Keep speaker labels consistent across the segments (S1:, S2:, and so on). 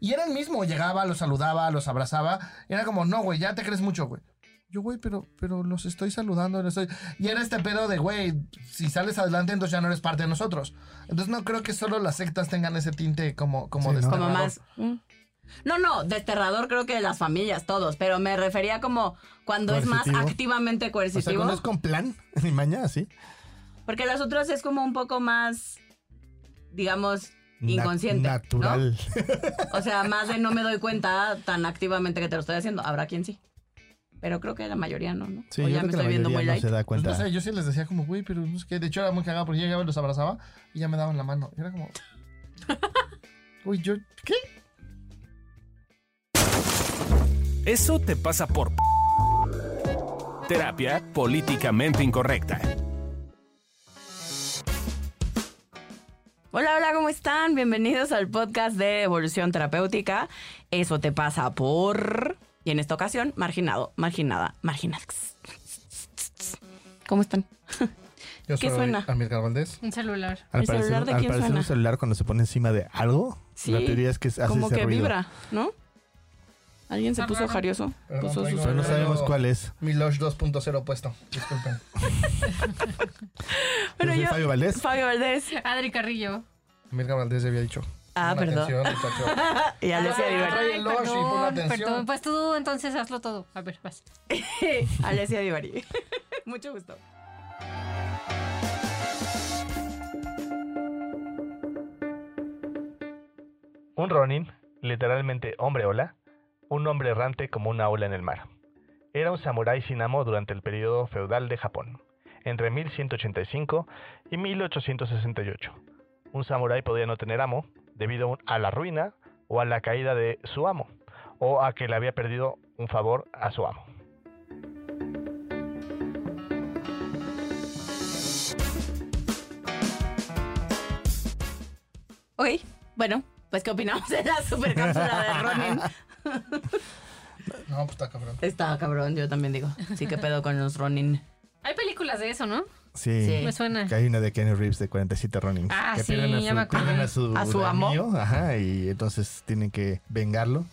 S1: Y era el mismo, llegaba, los saludaba, los abrazaba. Era como, no, güey, ya te crees mucho, güey. Yo, güey, pero, pero los estoy saludando, los estoy... Y era este pedo de, güey, si sales adelante, entonces ya no eres parte de nosotros. Entonces no creo que solo las sectas tengan ese tinte como, como
S2: Sí, ¿no?
S1: desterrador.
S2: Como
S3: Como más. mm. No, no, desterrador creo que de las familias, todos, pero me refería como cuando es
S2: Coercitivo.
S3: más
S2: O
S3: activamente
S2: sea,
S3: coercitivo.
S2: cuando es con plan y maña, sí.
S3: Porque las otras es como un poco más, digamos,
S2: Na-
S3: inconsciente. ¿no?
S2: natural.
S3: O sea, más de no me doy cuenta tan activamente que te lo estoy haciendo. Habrá quien sí. Pero creo que la mayoría no, ¿no?
S2: Sí,
S3: o
S2: yo
S3: ya
S2: creo
S3: me
S2: que la
S3: estoy viendo muy
S2: mayoría no
S3: light.
S2: se da
S1: Pues
S2: cuenta.
S1: no sé, yo sí les decía como, güey, pero no sé qué. De hecho era muy cagado porque yo llegaba y los abrazaba y ya me daban la mano. Y era como. Uy, yo. ¿Qué?
S4: Eso te pasa por... p- Terapia políticamente incorrecta.
S3: Hola, hola, ¿cómo están? Bienvenidos al podcast de Evolución Terapéutica. Eso te pasa por... Y en esta ocasión, marginado, marginada, marginax. ¿Cómo están?
S1: Yo
S3: ¿Qué suena?
S1: Amilcar Valdés.
S5: Un celular.
S2: Al
S3: ¿El
S2: parecer,
S3: celular de
S2: al
S3: quién
S2: parecer
S3: suena?
S2: un celular cuando se pone encima de algo,
S3: Sí,
S2: la teoría es que hace
S3: Como
S2: ese
S3: que
S2: ruido.
S3: vibra, ¿no? Alguien se
S5: Está
S3: puso
S5: raro.
S3: jarioso.
S1: Perdón,
S3: Puso
S1: traigo-
S3: sus-
S2: Pero Ah, no sabemos cuál es.
S1: Mi Lush 2.0 puesto. Disculpen.
S2: Yo
S3: Bueno,
S2: soy
S3: yo-
S2: Fabio Valdés.
S3: Fabio Valdés.
S5: Adri Carrillo.
S1: Amilcar Valdés ya había dicho.
S3: Ah,
S1: Pon
S3: perdón.
S1: atención, muchacho.
S3: Y Alessia Divari.
S1: Trae el Lush y pon
S5: perdón,
S1: atención.
S5: perdón. Pues tú entonces hazlo todo. A ver, vas.
S3: Alessia Divari. Mucho gusto.
S6: Un Ronin, literalmente hombre ola, un hombre errante como una ola en el mar. Era un samurái sin amo durante el periodo feudal de Japón, entre 1185 y 1868. Un samurái podía no tener amo debido a la ruina o a la caída de su amo, o a que le había perdido un favor a su amo.
S3: Ok, bueno, pues ¿qué opinamos de la supercápsula de Ronin?
S1: No, pues está cabrón.
S3: Está cabrón, yo también digo. Sí, qué pedo con los Ronin.
S5: Hay películas de eso, ¿no?
S2: Sí.
S3: Sí.
S5: Me suena.
S2: Que hay una de Kenny Reeves de 47 Ronin.
S5: Ah,
S2: que
S5: sí,
S2: pierden
S5: ya me acordé.
S2: pierden a su,
S3: ¿A su amo?
S2: amigo, Ajá, y entonces tienen que vengarlo.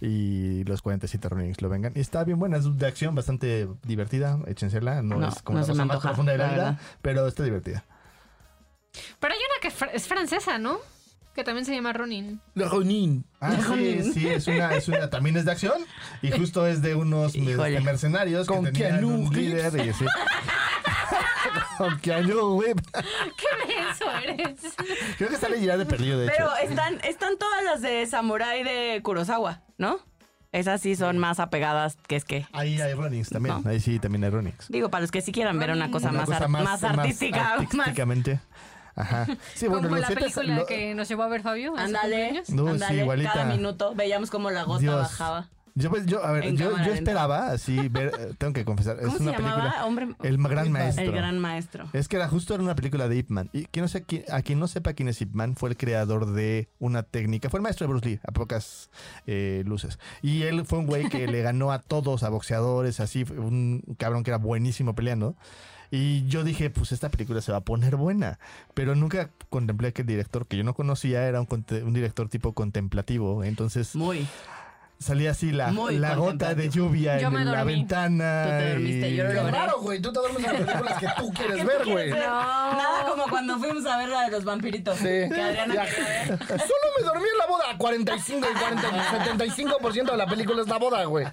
S2: Y los 47 Ronin lo vengan. Y está bien buena, es de acción bastante divertida. Échensela. No,
S3: No,
S2: es como
S3: no
S2: la
S3: se
S2: cosa
S3: me
S2: más
S3: antoja,
S2: profunda de la
S3: la
S2: vida,
S3: verdad.
S2: pero está divertida.
S5: Pero hay una que fr- es francesa, ¿no? Que también se llama Ronin.
S1: Ronin.
S2: Ah, sí, sí, es una, es una, también es de acción y justo es de unos me-
S3: Híjole.
S2: de mercenarios
S1: Con
S2: que tenían
S1: Keanu
S2: un
S1: Reeves.
S2: líder y así. Con Keanu Reeves.
S5: ¡Qué menso eres!
S2: Creo que sale Gerard de perdido, de hecho.
S3: Pero están, están todas las de Samurai de Kurosawa, ¿no? Esas sí son más apegadas que es que.
S2: Ahí hay Ronix también,
S3: No.
S2: ahí sí también hay Ronix.
S3: Digo, para los que sí quieran ver una cosa,
S2: Una
S3: más,
S2: cosa
S3: ar- más artística. más-
S2: artísticamente. Ajá. Sí, bueno,
S5: Como
S2: los
S5: la
S2: zetas-
S5: película
S2: lo-
S5: que nos llevó a ver Fabio. hace
S3: Ándale,
S5: cumpleaños.
S2: No, sí,
S3: ándale,
S2: igualita.
S3: cada minuto veíamos como la gota
S2: Dios.
S3: bajaba.
S2: Yo, pues, yo, a ver,
S3: En
S2: yo,
S3: cámara
S2: yo
S3: lenta.
S2: esperaba así ver, eh, tengo que confesar, es
S3: ¿Cómo se
S2: una
S3: llamaba?
S2: película.
S3: Hombre,
S2: El gran maestro.
S3: el gran maestro.
S2: Es que era justo era una película de Ip Man. Y que no sé qui- a quien no sepa quién es Ip Man, fue el creador de una técnica. Fue el maestro de Bruce Lee, a pocas eh, luces. Y él fue un güey que le ganó a todos, a boxeadores, así. fue Un cabrón que era buenísimo peleando. Y yo dije, pues esta película se va a poner buena. Pero nunca contemplé que el director que yo no conocía era un, conte- un director tipo contemplativo. Entonces
S3: Muy.
S2: salía así la,
S3: Muy
S2: la gota de
S3: contemplativo.
S2: lluvia
S5: Yo
S2: en
S5: me
S2: la
S5: dormí.
S2: ventana.
S3: Tú te dormiste, yo lo
S2: y-
S1: Qué
S3: logré.
S1: raro, güey. Tú te duermes en las películas que tú quieres ver, güey.
S3: No. Nada como cuando fuimos a ver la de los vampiritos.
S1: Sí.
S3: Que Adriana
S1: Ya.
S3: quería ver.
S1: Solo me dormí en la boda. 45 y 40, 75% de la película es la boda, güey.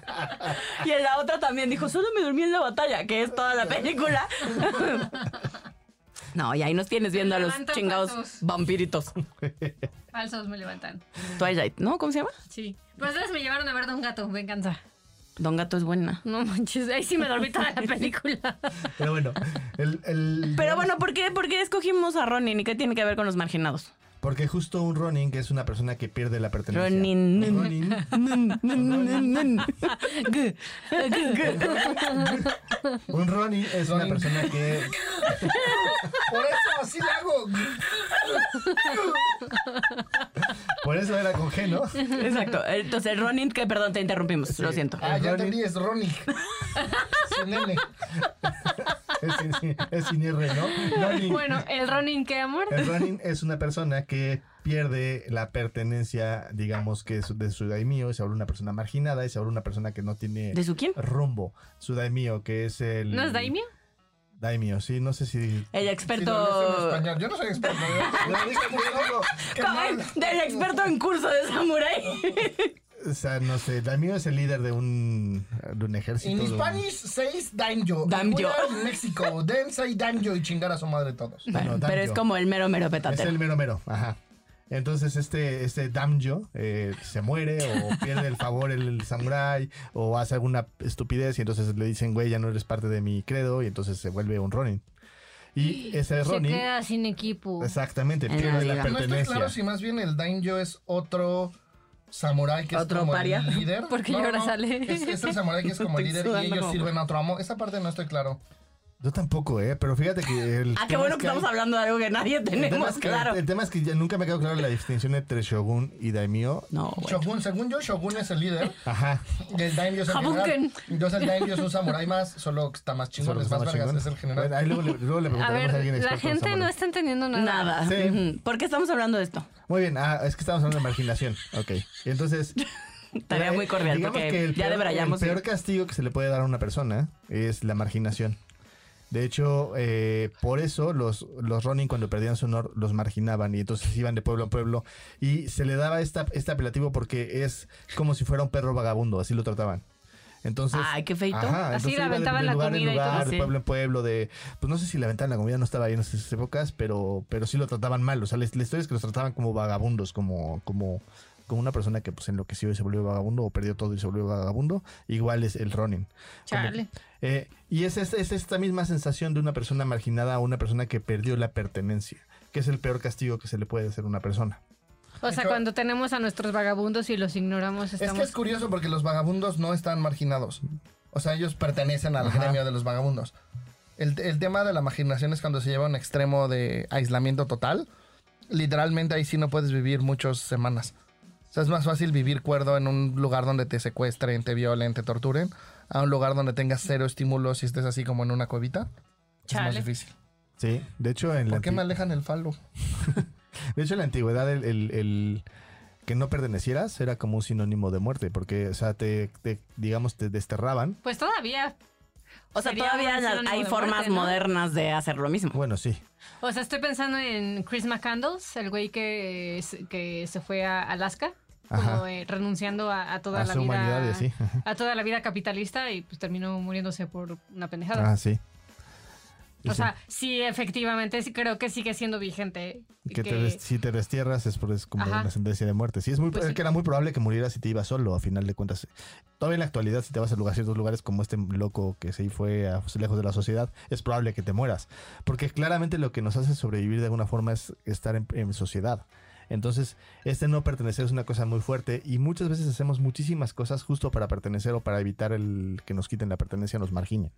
S3: Y en la otra también dijo, solo me dormí en la batalla, que es toda la película. No, y ahí nos tienes viendo a los
S5: Levantan
S3: chingados
S5: falsos.
S3: vampiritos.
S5: Falsos me levantan.
S3: Twilight, ¿no? ¿Cómo se llama?
S5: Sí. Pero ustedes me llevaron a ver Don Gato. Venganza.
S3: Don Gato es buena.
S5: No manches. Ahí sí me dormí toda la película.
S2: Pero bueno, el- el
S3: Pero bueno, ¿por qué, por qué escogimos a Ronin y qué tiene que ver con los marginados?
S2: Porque justo un Ronin, que es una persona que pierde la pertenencia.
S3: Ronin.
S2: Un Ronin. Un Ronin es una persona que.
S1: Por eso así la hago.
S2: Por eso era con G, ¿no?
S3: Exacto. Entonces, Ronin, que perdón, te interrumpimos, lo siento.
S1: Ah, ya
S2: Ronnie.
S1: entendí, es Ronnie. Sin nene.
S2: Es sin, es sin R, ¿no? Ronin.
S5: Bueno, el Ronin que ha muerto.
S2: El Ronin es una persona que pierde la pertenencia, digamos que su- de su daimio, y se vuelve una persona marginada y se vuelve una persona que no tiene
S3: ¿De su quién?
S2: rumbo. Su daimio, que es el...
S5: ¿No es Daimio?
S2: Daimio, sí, no sé si...
S1: Si lo lees
S3: El
S1: en
S3: experto.
S1: español. Yo no soy experto. ¿eh?
S2: Lo dije muy loco.
S1: Qué
S3: Como
S1: mal.
S3: el- Del experto en curso de samurái.
S2: O sea, no sé, Daimio es el líder de un, de un ejército.
S1: In
S2: de un-
S1: Spanish says daño.
S3: Daimyo.
S1: En México, dense y daño y chingar a su madre todos.
S2: Bueno,
S3: Pero es
S2: Daimyo.
S3: como el mero mero
S2: Es
S3: petatero.
S2: el mero mero, ajá. Entonces este, este Damjo eh, se muere o pierde el favor el, el samurái o hace alguna estupidez y entonces le dicen, güey, ya no eres parte de mi credo y entonces se vuelve un Ronin. Y ese
S5: Se
S2: Ronin,
S5: queda sin equipo.
S2: exactamente,
S3: En la
S2: pierde
S3: vida.
S2: la
S1: Ah, No estoy claro si
S2: pertenencia.
S1: más bien el daimyo es otro samurái que
S3: ¿Otro
S1: es como
S3: paria?
S1: el líder.
S5: ¿Por qué llora, sale?
S1: Es, es el samurái que es como el
S3: Estoy
S1: líder y
S3: sudando
S1: ellos
S3: como-
S1: sirven a otro amo. Esa parte no estoy claro.
S2: Yo tampoco, ¿eh? Pero fíjate que... El
S3: Ah, qué
S2: tema
S3: bueno
S2: es
S3: que estamos
S2: hay-
S3: hablando de algo que nadie
S2: el tema es
S3: tenemos
S2: que-
S3: claro.
S2: El tema es que ya nunca me quedó claro la distinción entre Shogun y Daimyo.
S3: No, Oh, bueno.
S1: Shogun, según yo, Shogun es el líder.
S2: Ajá.
S1: y El daimyo es el general.
S5: Hadouken.
S1: Entonces el daimyo es un samurái más, solo que está más chingón,
S2: Solo
S1: es
S2: está
S1: más
S2: más
S1: vergas,
S2: chingón.
S1: es el
S2: Bueno,
S1: general.
S2: ahí luego le, luego le
S5: A
S2: preguntaremos a, alguien
S5: ver, la
S2: experto en
S5: gente no
S2: samurái.
S5: está entendiendo nada.
S3: Nada.
S2: Sí.
S3: Ujú. ¿Por qué estamos hablando de esto?
S2: Muy bien, ah, es que estamos hablando de marginación. Ok. Entonces, eh,
S3: Tarea muy cordial,
S2: digamos que
S3: porque
S2: el
S3: ya
S2: peor-
S3: debrayamos.
S2: El peor castigo que se le puede dar a una persona es la marginación. De hecho, eh, por eso los, los Ronin cuando perdían su honor los marginaban y entonces iban de pueblo a pueblo y se le daba esta, este apelativo porque es como si fuera un perro vagabundo, así lo trataban. Entonces,
S3: Ay, qué feito.
S2: Ajá,
S5: Así
S2: entonces
S5: le
S2: iba de-
S5: aventaban
S2: de
S5: la
S2: lugar en
S5: comida y todo.
S2: lugar, de
S3: Sí.
S2: pueblo en pueblo, de... Pues no sé si le aventaban la comida, no estaba ahí en esas épocas, pero, pero sí lo trataban mal. O sea, les- la historia es que los trataban como vagabundos, como... como como una persona que pues enloqueció y se volvió vagabundo o perdió todo y se volvió vagabundo, igual es el Ronin.
S5: Chale.
S2: Eh, y es, es- es esta misma sensación de una persona marginada a una persona que perdió la pertenencia, que es el peor castigo que se le puede hacer a una persona.
S5: O sea, cuando tenemos a nuestros vagabundos y los ignoramos,
S1: Es que
S5: estamos.
S1: es curioso porque los vagabundos no están marginados. O sea, ellos pertenecen al
S2: Ajá.
S1: gremio de los vagabundos. El, el tema de la marginación es cuando se lleva a un extremo de aislamiento total. Literalmente ahí sí no puedes vivir muchas semanas. O sea, es más fácil vivir cuerdo en un lugar donde te secuestren, te violen, te torturen, a un lugar donde tengas cero estímulos y estés así como en una cuevita. Es más
S3: Chale.
S1: difícil.
S2: Sí, de hecho en la
S1: ¿Por qué me
S2: anti-
S1: alejan el falo?
S2: De hecho, en la antigüedad, el, el- el que no pertenecieras era como un sinónimo de muerte, porque, o sea, te, te- digamos, te desterraban.
S5: Pues todavía.
S3: O sea,
S5: Sería
S3: todavía
S5: un sinónimo
S3: hay
S5: de
S3: formas
S5: muerte, ¿no?
S3: modernas de hacer lo mismo.
S2: Bueno, sí.
S5: O sea, estoy pensando en Chris McCandles, el güey que, se- que se fue a Alaska, como
S2: Ajá.
S5: eh, renunciando a, a toda
S2: A
S5: la
S2: su
S5: vida.
S2: humanidad y así. ajá.
S5: A toda la vida capitalista y pues terminó muriéndose por una pendejada.
S2: Ah, sí. Sí,
S5: o
S2: sí.
S5: sea, sí, efectivamente, sí, creo que sigue siendo vigente.
S2: que te des- si te destierras es, por- es como
S5: Ajá.
S2: una sentencia de muerte. Sí, es muy
S5: Pues
S2: es
S5: sí.
S2: que era muy probable que murieras si te ibas solo, a final de cuentas. Todavía en la actualidad, si te vas a lugar, ciertos lugares como este loco que se fue a, pues, lejos de la sociedad, es probable que te mueras. Porque claramente lo que nos hace sobrevivir de alguna forma es estar en, en sociedad. Entonces, este no pertenecer es una cosa muy fuerte y muchas veces hacemos muchísimas cosas justo para pertenecer o para evitar el que nos quiten la pertenencia, nos marginen.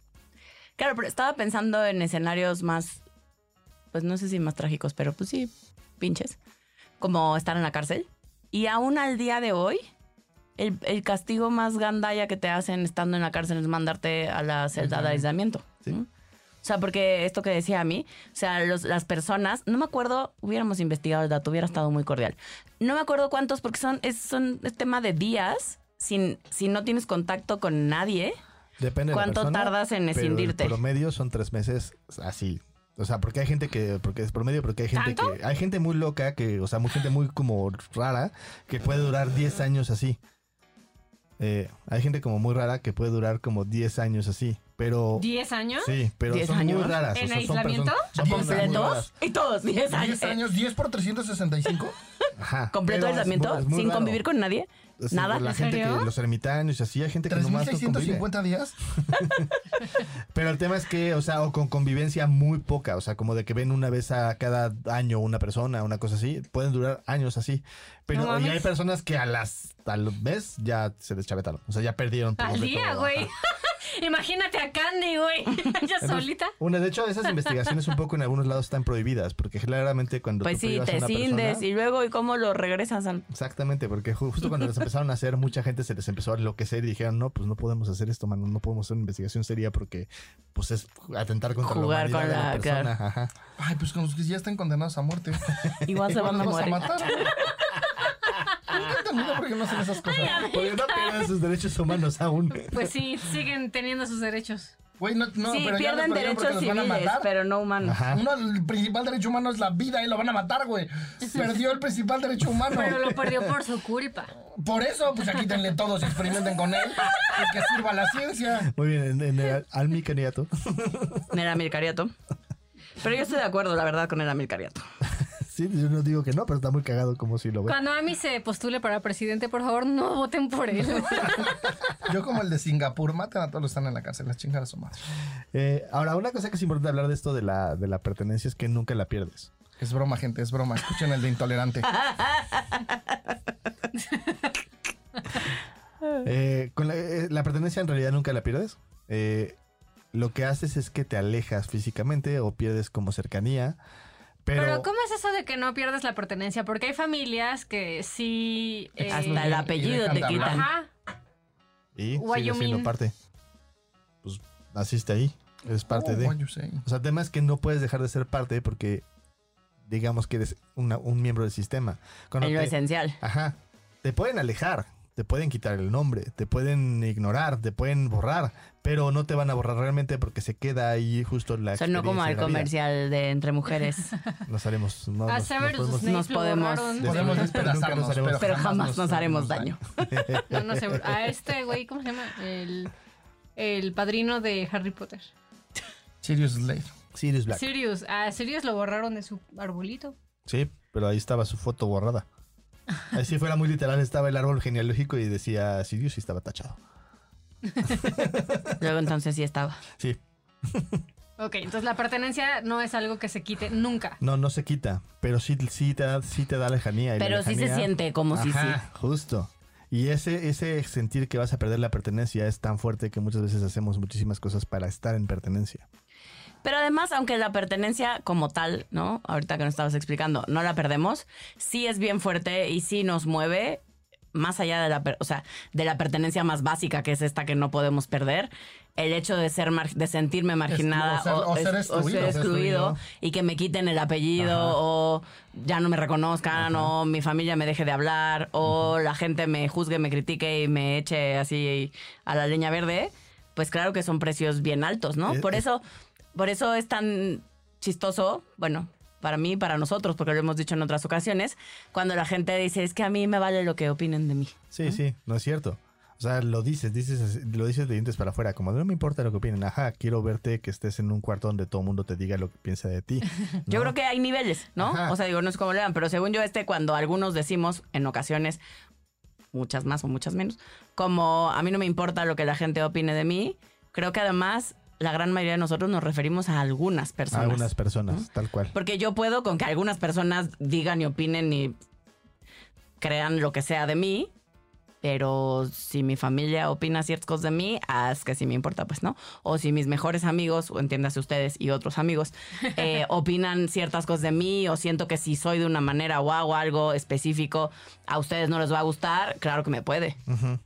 S3: Claro, pero estaba pensando en escenarios más, pues no sé si más trágicos, pero pues sí, pinches, como estar en la cárcel. Y aún al día de hoy, el, el castigo más gandalla que te hacen estando en la cárcel es mandarte a la celda de aislamiento.
S2: Sí.
S3: ¿no? O sea, porque esto que decía a mí, o sea, los- las personas, no me acuerdo, hubiéramos investigado el dato, hubiera estado muy cordial. No me acuerdo cuántos, porque son, es, son, es tema de días, sin, si no tienes contacto con nadie.
S2: Depende
S3: ¿Cuánto
S2: de la persona,
S3: tardas en
S2: pero
S3: escindirte?
S2: El promedio son tres meses así. O sea, porque hay gente que, porque es promedio, porque hay gente
S5: ¿Tanto?
S2: que, hay gente muy loca, que, o sea, muy gente muy como rara, que puede durar 10 años así. Eh, hay gente como muy rara que puede durar como 10 años así, pero...
S5: ¿10 años?
S2: Sí, pero
S3: 10
S2: son muy
S3: años.
S2: raras. o
S5: ¿En
S2: sea, son
S5: aislamiento?
S2: personas- son personas muy raras.
S3: completos y todos 10 años. Eh,
S1: 10 años, 10 por 365.
S2: Ajá.
S3: completo
S2: Pero es
S3: aislamiento
S2: muy- es muy
S3: sin
S2: raro.
S3: convivir con nadie.
S2: Sí,
S3: nada.
S2: La
S5: ¿En
S2: gente
S5: serio?
S2: que los ermitaños y así, hay gente que nomás no convive.
S1: 3650 días.
S2: Pero el tema es que, o sea, o con convivencia muy poca, o sea, como de que ven una vez a cada año una persona, una cosa así, pueden durar años así. Pero
S5: No
S2: y hay
S5: mames.
S2: personas que a las al mes ya se deschavetaron, o sea, ya perdieron. por
S5: Al
S2: completo,
S5: día,
S2: ajá.
S5: güey. Imagínate a Candy, güey. Ella solita.
S2: Una, de hecho, esas investigaciones un poco en algunos lados están prohibidas, porque claramente cuando
S3: Pues
S2: tú
S3: sí,
S2: privas a
S3: te
S2: una
S3: cindes
S2: persona-
S3: y luego, ¿y cómo lo regresas? al-
S2: Exactamente, porque ju- justo cuando las empezaron a hacer, mucha gente se les empezó a enloquecer y dijeron, no, pues no podemos hacer esto, mano, no podemos hacer una investigación seria porque pues es atentar contra
S3: Jugar
S2: la humanidad
S3: con
S2: de la
S3: la-
S2: persona. Ajá.
S1: Ay, pues con los que ya están condenados a muerte.
S3: Igual se
S1: Igual
S3: van a
S1: los vas a
S3: morir.
S1: matar. Yo no porque no hacen esas cosas.
S2: Porque no pierden sus derechos humanos aún.
S5: Pues sí, siguen teniendo sus derechos.
S1: Güey, no, no,
S3: sí,
S1: pero ya los
S3: pierden
S1: perdieron porque
S3: derechos
S1: los van a
S3: civiles,
S1: matar. Ah.
S3: pero no humanos.
S2: Ajá.
S1: Uno, el principal derecho humano es la vida y lo van a matar, güey. Perdió el principal derecho humano.
S5: Pero lo perdió por su culpa.
S1: Por eso, pues aquí tenle todos, experimenten con él y que sirva la ciencia.
S2: Muy bien, en, en el- al mi candidato.
S3: Era Cariato. Pero yo estoy de acuerdo, la verdad, con Era Cariato.
S2: Sí, yo no digo que no, pero está muy cagado como si lo ve.
S5: Cuando Ami se postule para presidente, por favor, no voten por él.
S1: Yo como el de Singapur, maten a todos los que están en la cárcel, las chingan a su madre.
S2: Eh, ahora, una cosa que es importante hablar de esto de la, de la pertenencia es que nunca la pierdes.
S1: Es broma, gente, es broma. Escuchen el de intolerante.
S2: Eh, con la, eh, la pertenencia en realidad nunca la pierdes. Eh, lo que haces es que te alejas físicamente o pierdes como cercanía. Pero,
S5: Pero, ¿cómo es eso de que no pierdes la pertenencia? Porque hay familias que sí... eh,
S3: Hasta el
S1: y
S3: apellido
S1: dejan
S3: te
S1: de hablar.
S3: quitan.
S5: Ajá.
S2: y sigue
S5: Wyoming.
S2: siendo parte. Pues naciste ahí. Es parte
S1: Oh,
S2: de.
S1: what you say.
S2: O sea, el tema es que no puedes dejar de ser parte porque digamos que eres una- un miembro del sistema. Cuando
S3: En lo
S2: te-
S3: esencial.
S2: Ajá. Te pueden alejar, te pueden quitar el nombre, te pueden ignorar, te pueden borrar, pero no te van a borrar realmente porque se queda ahí justo la
S3: O sea, no como
S2: experiencia
S3: al
S2: de la vida.
S3: comercial de Entre Mujeres.
S2: Nos haremos. No,
S5: A
S2: nos-
S5: Severus
S2: nos podemos-
S5: Snape
S3: nos
S5: lo
S3: podemos-
S5: borraron.
S2: Desde-
S1: Podemos
S2: Nunca nos
S1: despedazarnos,
S2: haremos-
S1: pero,
S3: Pero jamás nos haremos daño.
S5: No, no sé. A este güey, ¿cómo se llama? El, el padrino de Harry Potter.
S1: Sirius Slade.
S2: Sirius Black. Sí.
S5: Sirius. A Sirius lo borraron de su arbolito.
S2: pero ahí estaba su foto borrada. Así fuera muy literal, estaba el árbol genealógico y decía Sirius y estaba tachado.
S3: Luego entonces sí estaba.
S2: Sí,
S5: Ok, entonces la pertenencia no es algo que se quite nunca.
S2: no, no se quita, pero sí, sí, te, da, sí te da lejanía. y la
S3: Pero sí se
S2: lejanía-
S3: siente como si sí.
S2: Ajá, Justo. Y ese, ese sentir que vas a perder la pertenencia es tan fuerte que muchas veces hacemos muchísimas cosas para estar en pertenencia.
S3: Pero además, aunque la pertenencia como tal, ¿no? Ahorita que nos estabas explicando, no la perdemos, sí es bien fuerte y sí nos mueve más allá de la, per- o sea, de la pertenencia más básica que es esta que no podemos perder, el hecho de ser mar- de sentirme marginada
S1: o ser- o ser
S3: es-
S1: excluido.
S3: excluido y que me quiten el apellido
S2: Ajá.
S3: o ya no me reconozcan o mi familia me deje de hablar o la gente me juzgue, me critique y me eche así a la leña verde, pues claro que son precios bien altos, ¿no?
S2: Eh,
S3: Por
S2: eh.
S3: eso por eso es tan chistoso, bueno, para mí, para nosotros, porque lo hemos dicho en otras ocasiones, cuando la gente dice, es que a mí me vale lo que opinen de mí.
S2: Sí, sí, no es cierto. O sea, lo dices, dices, así- lo dices de dientes para afuera, como no me importa lo que opinen, ajá, quiero verte que estés en un cuarto donde todo el mundo te diga lo que piensa de ti.
S3: Yo creo que hay niveles, ¿no?
S2: Ajá.
S3: O sea, digo, no es como lean, pero según yo este, cuando algunos decimos, en ocasiones, muchas más o muchas menos, como a mí no me importa lo que la gente opine de mí, creo que además la gran mayoría de nosotros nos referimos a algunas personas.
S2: Algunas personas, tal cual.
S3: Porque yo puedo con que algunas personas digan y opinen y crean lo que sea de mí, pero si mi familia opina ciertas cosas de mí, haz que si me importa, pues no. O si mis mejores amigos, o entiéndase ustedes y otros amigos, eh, opinan ciertas cosas de mí, o siento que si soy de una manera o hago algo específico, a ustedes no les va a gustar, claro que me puede.
S2: Ujú.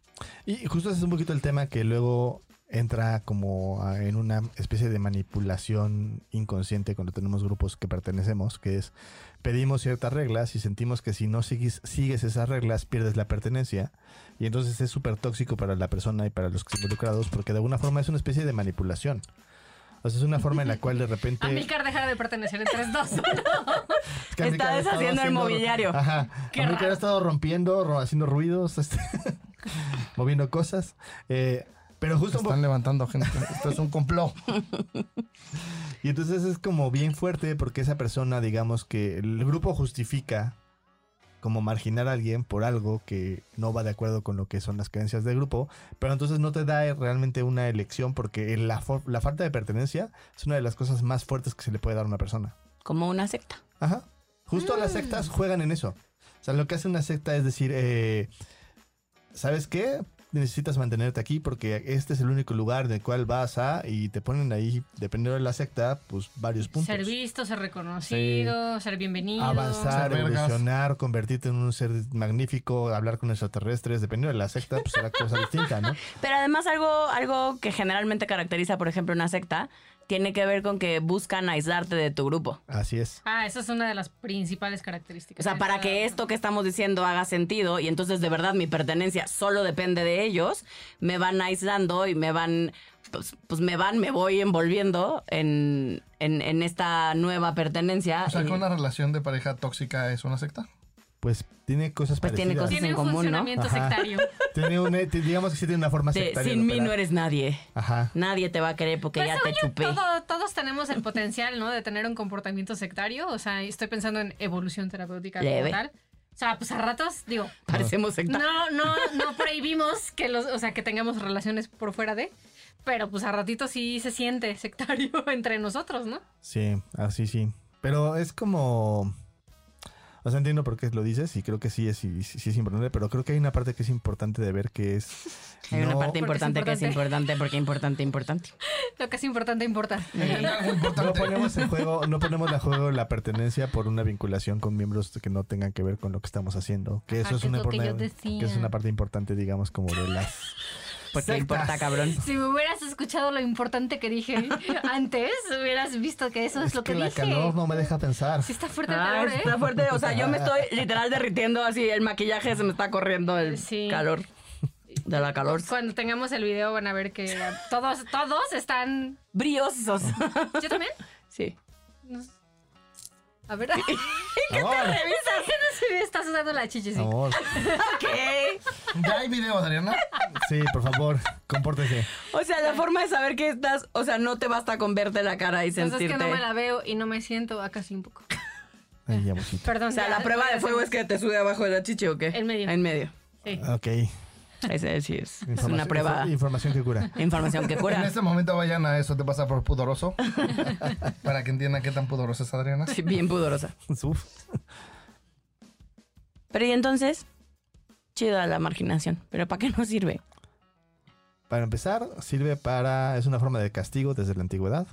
S2: Y justo ese es un poquito el tema que luego entra como a- en una especie de manipulación inconsciente cuando tenemos grupos que pertenecemos, que es pedimos ciertas reglas y sentimos que si no sigues, sigues esas reglas pierdes la pertenencia y entonces es súper tóxico para la persona y para los involucrados porque de alguna forma es una especie de manipulación. O sea, es una forma en la cual de repente...
S5: Amilcar deja de pertenecer en 3-2.
S2: Es que América
S3: Está
S2: ha estado
S3: deshaciendo el
S2: haciendo-
S3: mobiliario.
S2: Ajá.
S5: Qué
S2: América
S5: raro.
S2: ha estado rompiendo, ro- haciendo ruidos, este, moviendo cosas. Eh, pero justo un po-
S1: Están levantando gente. Esto es un complot.
S2: Y entonces es como bien fuerte porque esa persona, digamos que el grupo justifica como marginar a alguien por algo que no va de acuerdo con lo que son las creencias del grupo, pero entonces no te da eh, realmente una elección porque la, fo- la falta de pertenencia es una de las cosas más fuertes que se le puede dar a una persona.
S3: Como una secta.
S2: Ajá. Justo
S3: Ah.
S2: las sectas juegan en eso. O sea, lo que hace una secta es decir, eh, ¿sabes qué? necesitas mantenerte aquí porque este es el único lugar del cual vas a y te ponen ahí, dependiendo de la secta, pues varios puntos.
S5: Ser visto, ser reconocido, ser bienvenido.
S2: Avanzar,
S1: Ser vergas.
S2: evolucionar, convertirte en un ser magnífico, hablar con extraterrestres, dependiendo de la secta, pues será cosa distinta, ¿no?
S3: Pero además algo, algo que generalmente caracteriza, por ejemplo, una secta, tiene que ver con que buscan aislarte de tu grupo.
S2: Así es.
S5: Ah, esa es una de las principales
S3: O
S5: características.
S3: sea, para que esto que estamos diciendo haga sentido y entonces de verdad mi pertenencia solo depende de ellos, me van aislando y me van, pues, pues me van, me voy envolviendo en, en- en esta nueva pertenencia. eh,
S1: O sea,
S3: Y-
S1: que una relación de pareja tóxica es una secta.
S2: Pues tiene cosas
S3: Pues tiene
S2: parecidas.
S3: cosas-
S5: Tiene
S3: en
S5: un
S3: común, ¿no?
S5: funcionamiento
S2: Ajá.
S5: sectario.
S2: Tiene una- te- digamos que sí tiene una forma
S3: de,
S2: sectaria. de
S3: sin mí no
S2: operar.
S3: eres nadie.
S2: Ajá.
S3: Nadie te va a querer porque
S5: Pues,
S3: ya te
S5: según yo,
S3: chupé.
S5: todo- todos tenemos el potencial, ¿no? De tener un comportamiento sectario. O sea, estoy pensando en evolución terapéutica
S3: Leve.
S5: como tal. O sea, pues a ratos, digo,
S3: Parecemos secta.
S5: no, no, no prohibimos que los, o sea, que tengamos relaciones por fuera de, pero pues a ratito sí se siente sectario entre nosotros, ¿no?
S2: Sí, así sí. Pero es como. O sea, entiendo por qué lo dices y creo que sí es, sí, sí es importante, pero creo que hay una parte que es importante de ver que es.
S3: Hay una
S2: no-
S3: parte
S5: Porque es
S3: importante, que es importante porque importante, importante.
S5: Lo que es importante importa.
S1: Entiende algo
S2: No
S1: importante.
S2: ponemos en juego, no ponemos a juego la pertenencia por una vinculación con miembros que no tengan que ver con lo que estamos haciendo. Que
S5: Ajá,
S2: eso es
S5: que es
S2: una
S5: lo que yo
S2: importante-
S5: decía.
S2: que es una parte importante, digamos, como de las
S3: Porque importa, cabrón.
S5: Si me hubieras escuchado lo importante que dije antes, hubieras visto que eso es, lo que,
S2: la
S5: dije.
S2: calor no me deja pensar.
S5: Sí está fuerte el
S3: Ah,
S5: calor, ¿eh?
S3: está fuerte, o sea, yo me estoy literal derritiendo así, el maquillaje se me está corriendo el
S5: Sí.
S3: calor. De la calor.
S5: Cuando tengamos el video van a ver que todos, todos están.
S3: Briosos.
S5: Yo también.
S3: Sí.
S5: A ver. ¿Qué
S2: Amor,
S5: no se ve? Está sudando la chichi. sí.
S2: amor.
S1: Ya hay video, Adriana.
S2: Sí, por favor, compórtese.
S3: O sea, la forma de saber que estás, o sea, no te basta con verte la cara y
S5: Entonces
S3: sentirte.
S5: Pues es que no me la veo y no me siento acá sí un poco.
S2: Ay, amorcito.
S5: Perdón.
S3: O sea, la
S5: ya,
S3: prueba
S5: ya
S3: de fuego es que te sube abajo de la chichi o qué?
S5: En medio.
S3: En medio.
S5: Sí.
S2: Ok.
S3: Ese sí es. Es una
S2: Información-
S3: prueba.
S2: Información que cura.
S3: Información que
S1: En
S3: cura.
S1: este momento vayan a eso, te pasa por pudoroso. para que entiendan qué tan pudorosa es Adriana.
S3: Sí, bien pudorosa.
S2: Uf.
S3: Pero y entonces, chida la marginación. Pero ¿para qué nos sirve?
S2: Para empezar, sirve para. Es una forma de castigo desde la antigüedad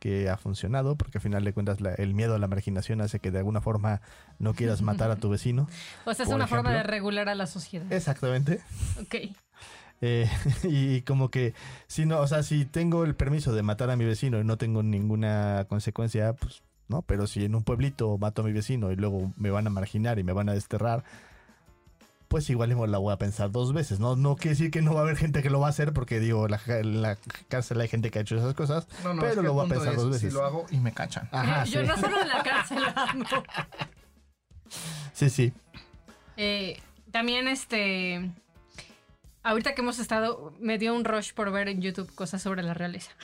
S2: que ha funcionado, porque al final de cuentas la- el miedo a la marginación hace que de alguna forma no quieras matar a tu vecino.
S5: O sea, Pues es
S2: Por
S5: una forma de
S2: ejemplo.
S5: regular a la sociedad.
S2: Exactamente.
S5: Ok.
S2: Eh, y como que, si no, o sea, si tengo el permiso de matar a mi vecino y no tengo ninguna consecuencia, pues no, pero si en un pueblito mato a mi vecino y luego me van a marginar y me van a desterrar, pues igual no la voy a pensar dos veces, ¿no? No quiere decir que no va a haber gente que lo va a hacer, porque digo, la, ca- en la cárcel hay gente que ha hecho esas cosas,
S1: No, no, es
S2: pero
S1: que
S2: lo
S1: el
S2: voy a
S1: punto
S2: pensar
S1: es,
S2: dos veces.
S1: Si lo hago y me cachan.
S2: Ajá,
S5: Yo
S2: sí.
S5: no solo en la cárcel ando.
S2: sí, sí.
S5: Eh, también este. Ahorita que hemos estado, me dio un rush por ver en YouTube cosas sobre la realeza.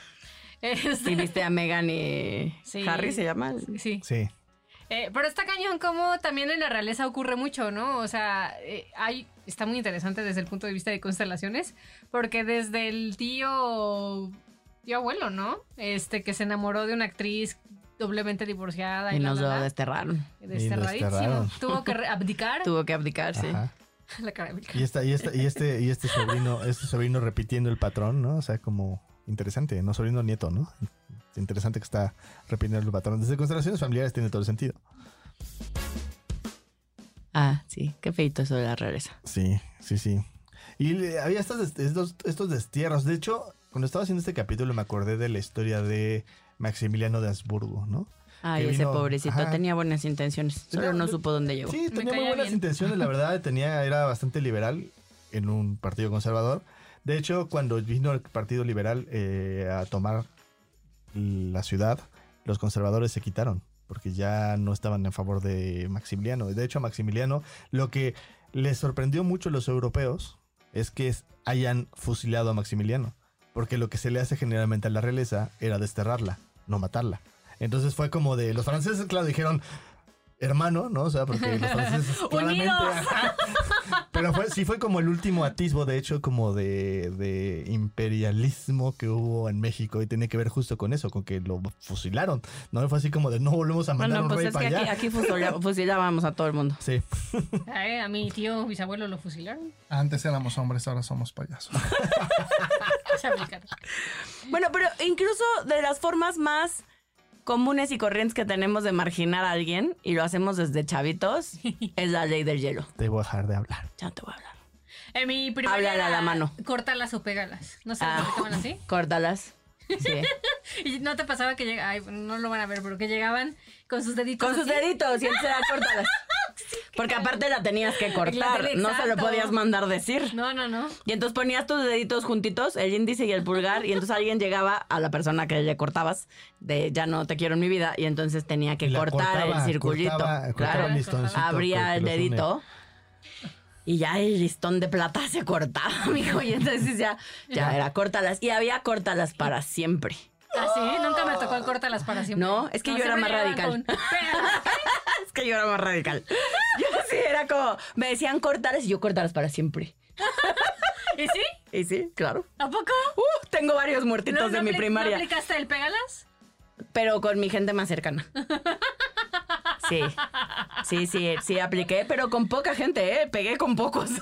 S5: Este,
S3: Si viste a Megan y
S5: Sí.
S3: Harry se llama.
S5: sí.
S2: Sí.
S5: Eh, pero está cañón como también en la realeza ocurre mucho, ¿no? O sea, eh, hay, está muy interesante desde el punto de vista de constelaciones, porque desde el tío, tío abuelo, ¿no? Este, que se enamoró de una actriz doblemente divorciada y,
S3: Y
S5: bla,
S3: nos
S5: bla,
S3: lo
S5: bla,
S3: desterraron.
S5: desterradísimo.
S2: desterraron.
S5: Tuvo que re- abdicar.
S3: Tuvo que abdicarse.
S2: Ajá.
S5: La cara de Milka.
S2: Y esta, y esta, y este, y este sobrino, este sobrino repitiendo el patrón, ¿no? O sea, como interesante, no sobrino nieto, ¿no? Interesante que está repitiendo el patrón. Desde constelaciones familiares tiene todo el sentido.
S3: Ah, sí. Qué feito eso de la rareza.
S2: Sí, sí, sí. Y le- había estas des- estos, estos destierros. De hecho, cuando estaba haciendo este capítulo me acordé de la historia de Maximiliano de Habsburgo, ¿no?
S3: Ay,
S2: Que
S3: ese
S2: vino-
S3: pobrecito
S2: ajá.
S3: tenía buenas intenciones. Solo
S2: Tenía-
S3: no supo dónde llegó.
S2: Sí,
S5: Me
S2: tenía muy
S5: caía
S2: buenas
S5: bien.
S2: intenciones, la verdad, tenía, era bastante liberal en un partido conservador. De hecho, cuando vino el Partido Liberal eh, a tomar la ciudad, los conservadores se quitaron, porque ya no estaban en favor de Maximiliano. De hecho, a Maximiliano, lo que les sorprendió mucho a los europeos es que es- hayan fusilado a Maximiliano, porque lo que se le hace generalmente a la realeza era desterrarla, no matarla. Entonces fue como de los franceses, claro, dijeron hermano, ¿no? O sea, porque los franceses claramente,
S5: Unidos.
S2: ajá, Pero fue, sí fue como el último atisbo, de hecho, como de, de imperialismo que hubo en México y tiene que ver justo con eso, con que lo fusilaron. No fue así como de no volvemos a mandar
S3: Bueno,
S2: un
S3: pues
S2: rey
S3: es que
S2: para allá.
S3: aquí, aquí pues fusila- fusilábamos a todo el mundo.
S2: Sí.
S5: Ay, a mi tío, mis abuelos lo fusilaron.
S1: Antes éramos hombres, ahora somos payasos.
S5: Se aplicaron.
S3: Bueno, pero incluso de las formas más comunes y corrientes que tenemos de marginar a alguien, y lo hacemos desde chavitos, es la ley del hielo.
S2: Te voy a dejar de hablar.
S3: Ya no te voy a hablar.
S5: En Eh, mi primaria
S3: Háblale a la
S5: era,
S3: mano.
S5: Córtalas o pégalas. No sé,
S3: Ah.
S5: ¿lo aplicaban así?
S3: Córtalas. Sí.
S5: Y no te pasaba que llega- ay, no lo van a ver, pero que llegaban con sus deditos.
S3: Con sus
S5: así?
S3: deditos, y entonces era córtalas. Porque aparte la tenías que cortar,
S5: tenía-
S3: no se lo
S5: exacto.
S3: podías mandar decir.
S5: No, no, no.
S3: Y entonces ponías tus deditos juntitos, el índice y el pulgar, y entonces alguien llegaba a la persona que le cortabas de ya no te quiero en mi vida, y entonces tenía que
S2: La
S3: cortar el
S2: cortaba,
S3: circulito.
S2: cortaba- cortaba
S3: claro.
S2: el listoncito
S3: Abría
S2: que-
S3: el
S2: que los une.
S3: dedito. Y ya el listón de plata se cortaba, amigo. Y entonces ya, ya era córtalas. Y había córtalas para siempre.
S5: Así, nunca me tocó el córtalas para siempre.
S3: No, es que yo era
S5: siempre
S3: más
S5: llegaban
S3: radical.
S5: con pégalas.
S3: Es que yo era más radical. Yo sí era como, me decían cortalas y yo cortalas para siempre.
S5: ¿Y sí?
S3: Y sí, claro.
S5: ¿A poco?
S3: Uh, tengo varios muertitos de mi
S5: apli-
S3: primaria.
S5: ¿No aplicaste el pégalas?
S3: pero con mi gente más cercana. Sí, sí, sí, sí, apliqué, pero con poca gente, ¿eh? Pegué con pocos.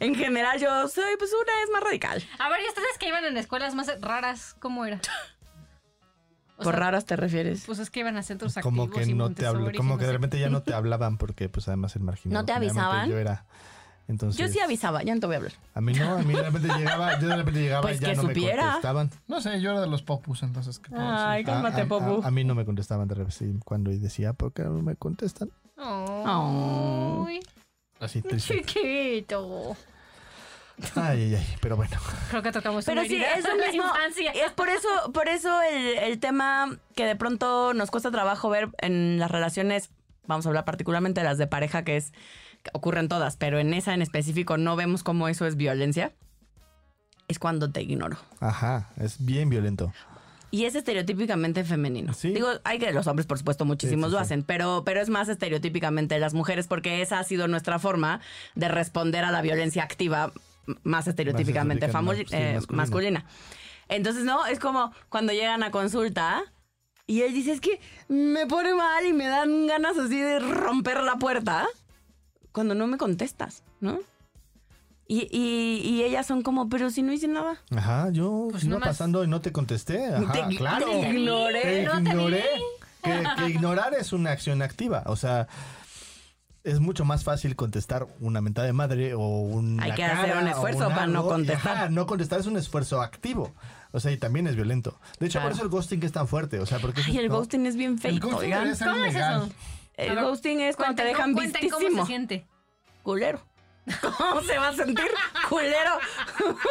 S3: En general yo soy, pues una es más radical.
S5: A ver, ¿y ustedes que iban en escuelas más raras? ¿Cómo era? O
S3: ¿Por
S5: sea,
S3: raras te refieres?
S5: Pues es que iban a centros
S2: Como
S5: activos
S2: que
S5: y
S2: no te
S5: Montessori
S2: habla,
S5: y
S2: como
S5: no
S2: que
S5: sé
S2: de repente ya no te hablaban porque pues además el marginado.
S3: ¿No te
S2: generalmente
S3: avisaban?
S2: Yo era. Entonces,
S3: Yo sí avisaba, ya no te voy a hablar.
S2: A mí no, a mí de repente llegaba, yo de repente llegaba
S3: Pues
S2: y ya
S3: que
S2: no
S3: supiera.
S2: me contestaban.
S1: No sé, yo era de los popus, entonces, ¿qué puedo
S3: Ay,
S1: decir?
S3: cálmate,
S2: a, a-
S3: Popu.
S2: a mí no me contestaban de repente cuando decía, ¿por qué no me contestan?
S5: qué. Ay,
S3: Oh.
S2: Así triste.
S5: chiquito.
S2: Ay, ay, ay, pero bueno.
S5: Creo que tocamos
S3: Pero
S5: una
S3: sí,
S5: herida
S3: es lo
S5: en la
S3: mismo.
S5: infancia.
S3: Es por eso, por eso el, el tema que de pronto nos cuesta trabajo ver en las relaciones, vamos a hablar particularmente de las de pareja, que es que ocurren todas, pero en esa en específico no vemos cómo eso es violencia. Es cuando te ignoro.
S2: Ajá, es bien violento.
S3: Y es estereotípicamente femenino.
S2: Sí.
S3: Digo, hay que los hombres, por supuesto, muchísimos
S2: Sí, sí,
S3: lo
S2: sí.
S3: hacen, pero, pero es más estereotípicamente las mujeres, porque esa ha sido nuestra forma de responder a la violencia activa m- más estereotípicamente
S2: Más
S3: famu-
S2: estereotípica,
S3: eh,
S2: sí, masculina.
S3: masculina. Entonces, no, es como cuando llegan a consulta y él dice, es que me pone mal y me dan ganas así de romper la puerta cuando no me contestas, ¿no? Y, y- y ellas son como, pero si no hice nada.
S2: Ajá, yo
S5: Pues
S2: iba
S5: nomás-
S2: pasando y no te contesté. Ajá,
S3: Te-
S2: claro.
S3: te ignoré,
S2: Te
S5: no te vi.
S2: ignoré. Que, que ignorar es una acción activa. O sea, es mucho más fácil contestar una mentada de madre o un.
S3: Hay que hacer un esfuerzo para no contestar.
S2: no contestar es un esfuerzo activo. O sea, y también es violento. De hecho,
S3: Claro.
S2: por eso el ghosting es tan fuerte. O sea, porque.
S3: Ay, el
S2: Pues ¿no?
S3: ghosting es bien
S1: El
S3: feito,
S1: ghosting
S3: oigan.
S1: debería ser
S5: ¿Cómo es
S1: ilegal.
S5: eso?
S3: El
S5: A ver,
S3: ghosting es cuando te
S5: Cuenten
S3: dejan
S5: cómo- cuenten cómo
S3: vistísimo.
S5: se siente.
S3: Culero. ¿Cómo se va a sentir? Culero.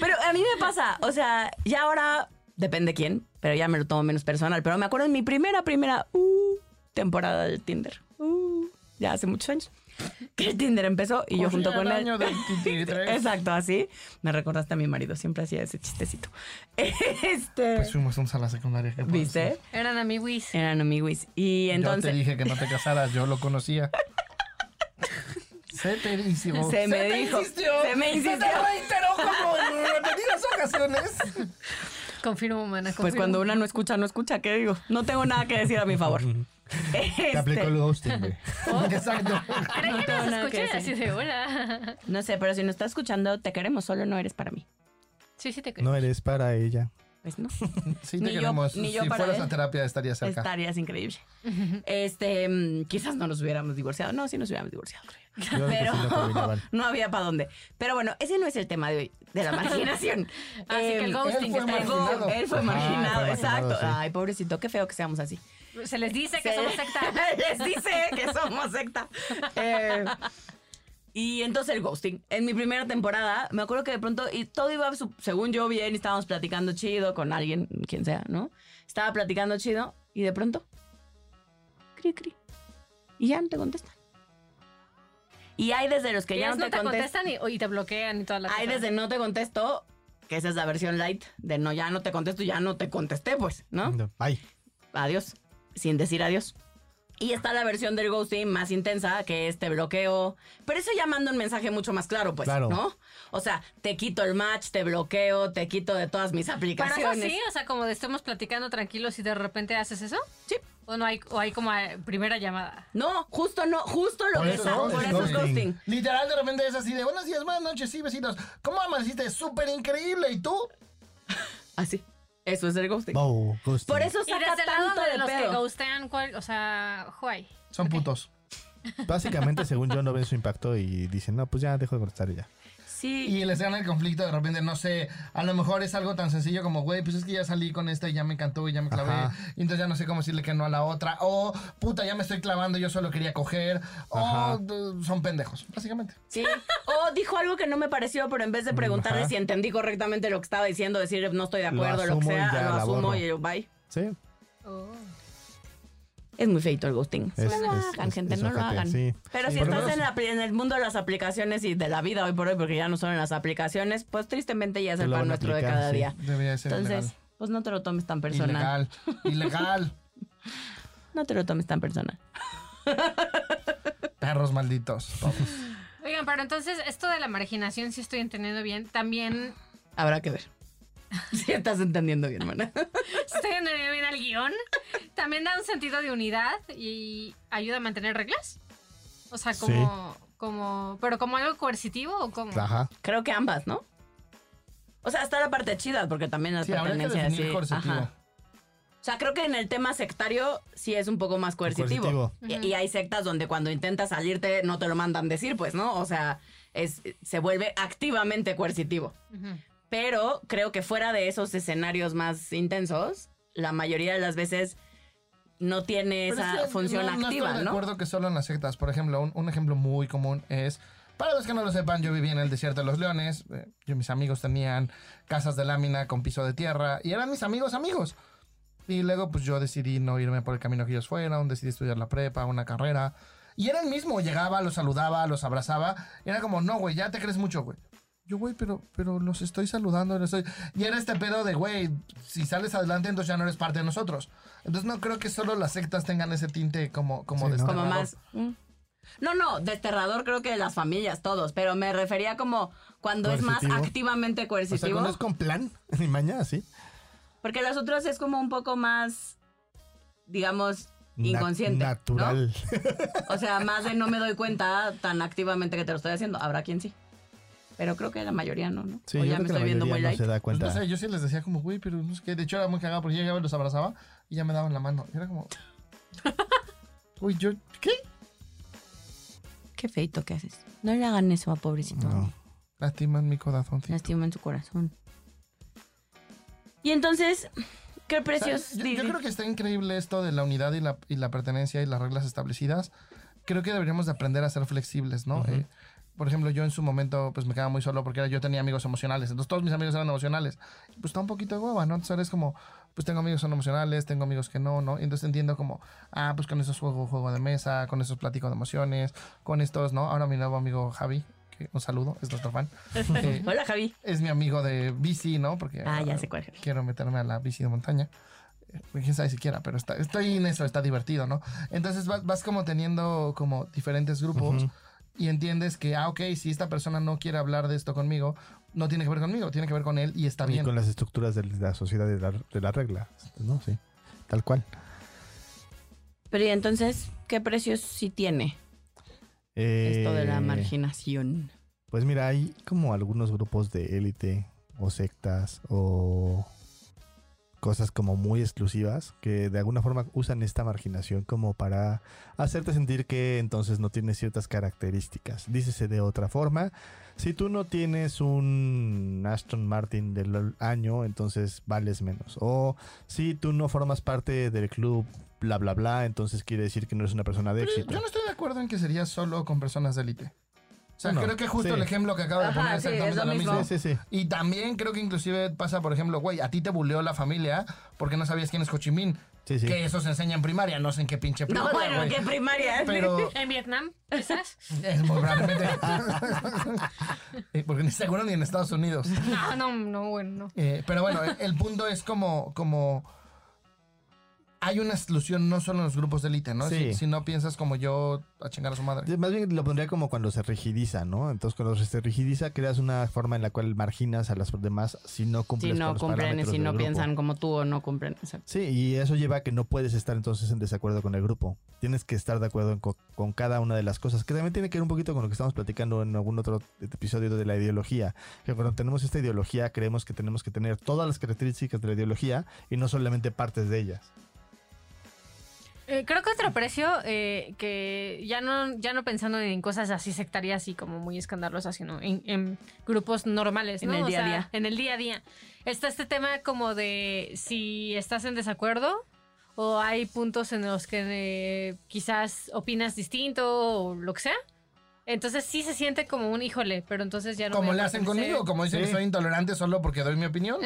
S3: pero a mí me pasa, o sea, ya ahora depende quién, pero ya me lo tomo menos personal. Pero me acuerdo en mi primera, primera uh, temporada del Tinder. Uh, ya hace muchos años. Que el Tinder empezó y yo junto
S1: Corría
S3: con
S1: el
S3: él.
S1: año del 23.
S3: Exacto, así. Me recordaste a mi marido, siempre hacía ese chistecito. Este.
S1: Pues fuimos juntos a la secundaria. ¿qué puedo decir?
S3: ¿Viste?
S5: Eran amiguis.
S3: Eran amiguis. Y entonces.
S1: Yo te dije que no te casaras, yo lo conocía. Se te hizo.
S3: Se me dijo. Se me insistió.
S1: reiteró como en repetidas ocasiones.
S5: Confirmo, mana.
S3: Pues
S5: confirmo.
S3: cuando una no escucha, no escucha, ¿qué digo? No tengo nada que decir a mi favor. Este,
S2: Te aplicó el ghosting, güey.
S1: Exacto.
S5: ¿Creen
S3: No
S5: que
S3: tengo
S5: nos
S3: nada que
S5: escuchan así
S3: decir.
S5: de hola?
S3: No sé, pero si no estás escuchando, te queremos, solo no eres para mí.
S5: Sí, sí te creo.
S2: No eres para ella.
S3: Pues no,
S1: Sí, te
S3: Ni yo-
S1: queremos.
S3: ni yo
S1: si
S3: para
S1: fueras
S3: él.
S1: a terapia estaría cerca.
S3: estarías increíble. Este, mm, quizás no nos hubiéramos divorciado. No, sí nos hubiéramos divorciado, creo. yo.
S2: Yo creo que
S3: Pero
S2: sí no combinaban.
S3: no había para dónde. Pero bueno, ese no es el tema de hoy, de la marginación.
S5: Así que el
S3: Em,
S5: ghosting
S1: fue
S5: está
S3: el
S1: marginado.
S3: go- Él fue
S2: Ajá,
S3: marginado,
S2: Ah, fue marginado,
S3: exacto.
S2: sí.
S3: Ay, pobrecito, qué feo que seamos así.
S5: Se les dice que
S3: Se-
S5: somos secta.
S3: Les dice que somos secta. Eh, y entonces el ghosting. En mi primera temporada, me acuerdo que de pronto, y todo iba, su- según yo, bien, y estábamos platicando chido con alguien, quien sea, ¿no? Estaba platicando chido, y de pronto, cri, cri. Y ya no te contestan. Y hay desde los que ya no
S5: Ellas
S3: te, contestan.
S5: contestan y, y te bloquean y toda la
S3: Hay
S5: cosa.
S3: desde no te contesto, que esa es la versión light, de no, ya no te contesto, ya no te contesté, pues, ¿no?
S2: No, Ay,
S3: Adiós. Sin decir adiós. Y está la versión del ghosting más intensa, que es te bloqueo. Pero eso ya manda un mensaje mucho más claro, pues,
S2: Claro.
S3: ¿no? O sea, te quito el match, te bloqueo, te quito de todas mis
S5: Pero
S3: aplicaciones.
S5: eso sí, o sea, como de estemos platicando tranquilos y de repente haces eso.
S3: Sí.
S5: O no hay, o hay como eh, primera llamada.
S3: No, justo no, justo lo
S1: Por
S3: que
S1: eso
S3: está-
S1: no,
S3: por
S1: es
S3: eso es
S2: ghosting.
S3: ghosting.
S1: Literal, de repente es así de buenos días, buenas noches, sí, vecinos. ¿Cómo amaneciste? Súper increíble. ¿Y tú?
S3: Así. Ah, Eso es el ghosting.
S2: Wow, ghosting.
S3: Por eso
S5: Y
S3: saca
S5: desde el
S3: tanto
S5: lado de,
S3: de,
S5: los que
S3: pedo.
S5: ghostean, ¿cuál? o sea, Huay.
S1: Son putos.
S2: Básicamente, según yo, no ven su impacto y dicen, no, pues ya dejo de contestar y ya.
S3: Sí.
S1: Y les gana el conflicto de repente, no sé, a lo mejor es algo tan sencillo como, güey, pues es que ya salí con esta y ya me encantó y ya me clavé,
S2: Ajá.
S1: y entonces ya no sé cómo decirle que no a la otra, o puta, ya me estoy clavando, yo solo quería coger,
S2: Ajá.
S1: o d- son pendejos, básicamente.
S3: Sí. O dijo algo que no me pareció, pero en vez de preguntarle
S2: Ajá.
S3: si entendí correctamente lo que estaba diciendo, decir no estoy de
S2: Lo
S3: acuerdo, lo, que
S2: asumo y
S3: sea,
S2: ya
S3: lo
S2: la
S3: asumo
S2: borro.
S3: y yo, bye.
S2: Sí,
S3: Oh. Es muy feito el ghosting.
S2: es,
S3: no lo
S2: es-
S3: hagan,
S2: es-
S3: gente,
S2: es
S3: no lo
S2: ojete,
S3: hagan.
S2: Sí.
S3: Pero si
S2: Por lo
S3: estás en,
S2: menos
S3: la- en el mundo de las aplicaciones y de la vida hoy por hoy, porque ya no son en las aplicaciones, pues tristemente ya es
S2: Te
S3: el
S2: lo van
S3: pan
S2: a
S3: nuestro de
S2: aplicar,
S3: cada
S2: sí.
S3: día.
S1: Debería de ser
S3: Entonces, pues no te lo tomes tan
S1: ilegal.
S3: personal.
S1: Ilegal, ilegal,
S3: No te lo tomes tan personal.
S1: perros malditos, todos.
S5: Oigan, pero entonces esto de la marginación, si estoy entendiendo bien, también
S3: Habrá que ver. Si estás entendiendo bien, hermana.
S5: si estoy entendiendo bien al guión, también da un sentido de unidad y ayuda a mantener reglas. O sea, como, como, pero como algo coercitivo o como.
S2: Ajá.
S3: Creo que ambas, ¿no? O sea, está la parte chida, porque también las
S1: Sí, habrá que
S3: pertenencias.
S1: definir
S3: sí,
S1: coercitivo.
S3: ajá. O sea, creo que en el tema sectario sí es un poco más coercitivo.
S2: Coercitivo.
S3: Y, y hay sectas donde cuando intentas salirte no te lo mandan decir, pues, ¿no? O sea, es, se vuelve activamente coercitivo.
S5: Ujú.
S3: Pero creo que fuera de esos escenarios más intensos, la mayoría de las veces no tiene
S1: Pero
S3: esa
S1: es que
S3: función
S1: no-
S3: activa,
S1: No estoy de
S3: ¿no?
S1: acuerdo que solo en las sectas. Por ejemplo, un, un ejemplo muy común es. Para los que no lo sepan, yo vivía en el desierto de los leones. eh, yo, mis amigos tenían casas de lámina con piso de tierra y eran mis amigos amigos. Y luego, pues yo decidí no irme por el camino que ellos fueron, decidí estudiar la prepa, una carrera. Y era el mismo, llegaba, los saludaba, los abrazaba. y era como, no, güey, ya te crees mucho, güey. Yo, güey, pero, pero los estoy saludando, los estoy... Y era este pedo de, güey, si sales adelante, entonces ya no eres parte de nosotros. Entonces no creo que solo las sectas tengan ese tinte como, como
S2: Sí, ¿no?
S3: Como
S1: desterrador.
S3: más. mm. No, no, desterrador creo que las familias, todos, pero me refería como cuando es
S2: Coercitivo.
S3: más activamente
S2: O sea,
S3: coercitivo.
S2: cuando es con plan y mañana, sí.
S3: Porque las otras es como un poco más, digamos,
S2: Na-
S3: inconsciente. ¿no?
S2: natural.
S3: O sea, más de no me doy cuenta tan activamente que te lo estoy haciendo. Habrá quien sí. Pero creo que la mayoría no, ¿no?
S2: Sí,
S3: o
S2: yo
S3: ya me
S2: creo que la
S3: estoy viendo muy
S2: mayoría no
S3: light.
S2: se da
S1: Pues,
S2: cuenta.
S1: no sé, yo sí les decía como, güey, pero no sé qué. De hecho era muy cagado porque yo llegaba y los abrazaba y ya me daban la mano. Y era como... Uy, yo... ¿Qué?
S3: Qué feito que haces. No le hagan eso a pobrecito.
S2: No.
S1: Lastiman mi corazón. tío.
S3: Lastiman su corazón. Y entonces, ¿qué precios?
S1: ¿Sabes? Yo, yo creo que está increíble esto de la unidad y la, y la pertenencia y las reglas establecidas. Creo que deberíamos de aprender a ser flexibles, ¿no? Eh, por ejemplo, yo en su momento pues me quedaba muy solo porque era- yo tenía amigos emocionales. Entonces todos mis amigos eran emocionales. Pues está un poquito de hueva, ¿no? Entonces eres como, pues tengo amigos que son emocionales, tengo amigos que no, ¿no? Y entonces entiendo como, ah, pues con esos juego juego de mesa, con esos platico de emociones, con estos, ¿no? Ahora mi nuevo amigo Javi, que un saludo, es nuestro fan. eh,
S3: Hola, Javi.
S1: es mi amigo de bici, ¿no? Porque
S3: Ah, ya
S1: ah,
S3: sé cuál, Javi.
S1: quiero meterme a la bici de montaña. Eh, Quién sabe siquiera, pero está, estoy en eso, está divertido, ¿no? Entonces vas, vas como teniendo como diferentes grupos y entiendes que, ah, ok, si esta persona no quiere hablar de esto conmigo, no tiene que ver conmigo, tiene que ver con él y está
S2: Y
S1: bien.
S2: con las estructuras de la sociedad y de la, de la regla. ¿No? Sí. Tal cual.
S3: Pero y entonces, ¿qué precios sí tiene esto de la
S2: Eh,
S3: marginación?
S2: Pues mira, hay como algunos grupos de élite o sectas o cosas como muy exclusivas que de alguna forma usan esta marginación como para hacerte sentir que entonces no tienes ciertas características. Dícese de otra forma, si tú no tienes un Aston Martin del año, entonces vales menos. O si tú no formas parte del club bla bla bla, entonces quiere decir que no eres una persona de
S1: Pero
S2: éxito.
S1: yo no estoy de acuerdo en que sería solo con personas de élite. O sea,
S2: Bueno,
S1: creo que justo
S2: sí.
S1: el ejemplo que acabo de
S3: Ajá,
S1: poner
S3: sí, es
S1: exactamente
S3: lo
S1: lo
S3: mismo.
S1: mismo.
S2: Sí, sí, sí.
S1: Y también creo que inclusive pasa, por ejemplo, güey, a ti te buleó la familia porque no sabías quién es Ho Chi Minh.
S2: Sí, sí.
S1: Que eso se enseña en primaria, no sé en qué pinche
S3: No,
S1: primaria,
S3: bueno,
S1: güey.
S3: ¿qué primaria?
S1: Pero
S5: En Vietnam, quizás.
S1: es muy probablemente. Eh, Porque ni seguro ni en Estados Unidos.
S5: No, no, no, bueno, no.
S1: Eh, pero bueno, el, el punto es como, como hay una exclusión no solo en los grupos de élite, ¿no?
S2: Sí.
S1: Si, si no piensas como yo a chingar a su madre.
S2: Más bien lo pondría como cuando se rigidiza, ¿no? Entonces, cuando se rigidiza, creas una forma en la cual marginas a las demás si no cumplen
S3: Si no cumplen, si no piensan como tú o no cumplen. Exacto.
S2: Sí, y eso lleva a que no puedes estar entonces en desacuerdo con el grupo. Tienes que estar de acuerdo en co- con cada una de las cosas, que también tiene que ver un poquito con lo que estamos platicando en algún otro episodio de la ideología. Que cuando tenemos esta ideología, creemos que tenemos que tener todas las características de la ideología y no solamente partes de ellas.
S5: Eh, creo que otro precio eh, que ya no, ya no pensando en cosas así sectarias y como muy escandalosas, sino en, en grupos normales,
S3: En
S5: ¿no?
S3: el
S5: O
S3: día a
S5: sea,
S3: día.
S5: En el día a día. Está este tema como de si estás en desacuerdo o hay puntos en los que eh, quizás opinas distinto o lo que sea. Entonces sí se siente como un híjole, pero entonces ya no.
S1: como
S5: voy a
S1: le hacen
S5: pertenecer.
S1: conmigo, como dicen
S2: Sí.
S1: que soy intolerante solo porque doy mi opinión.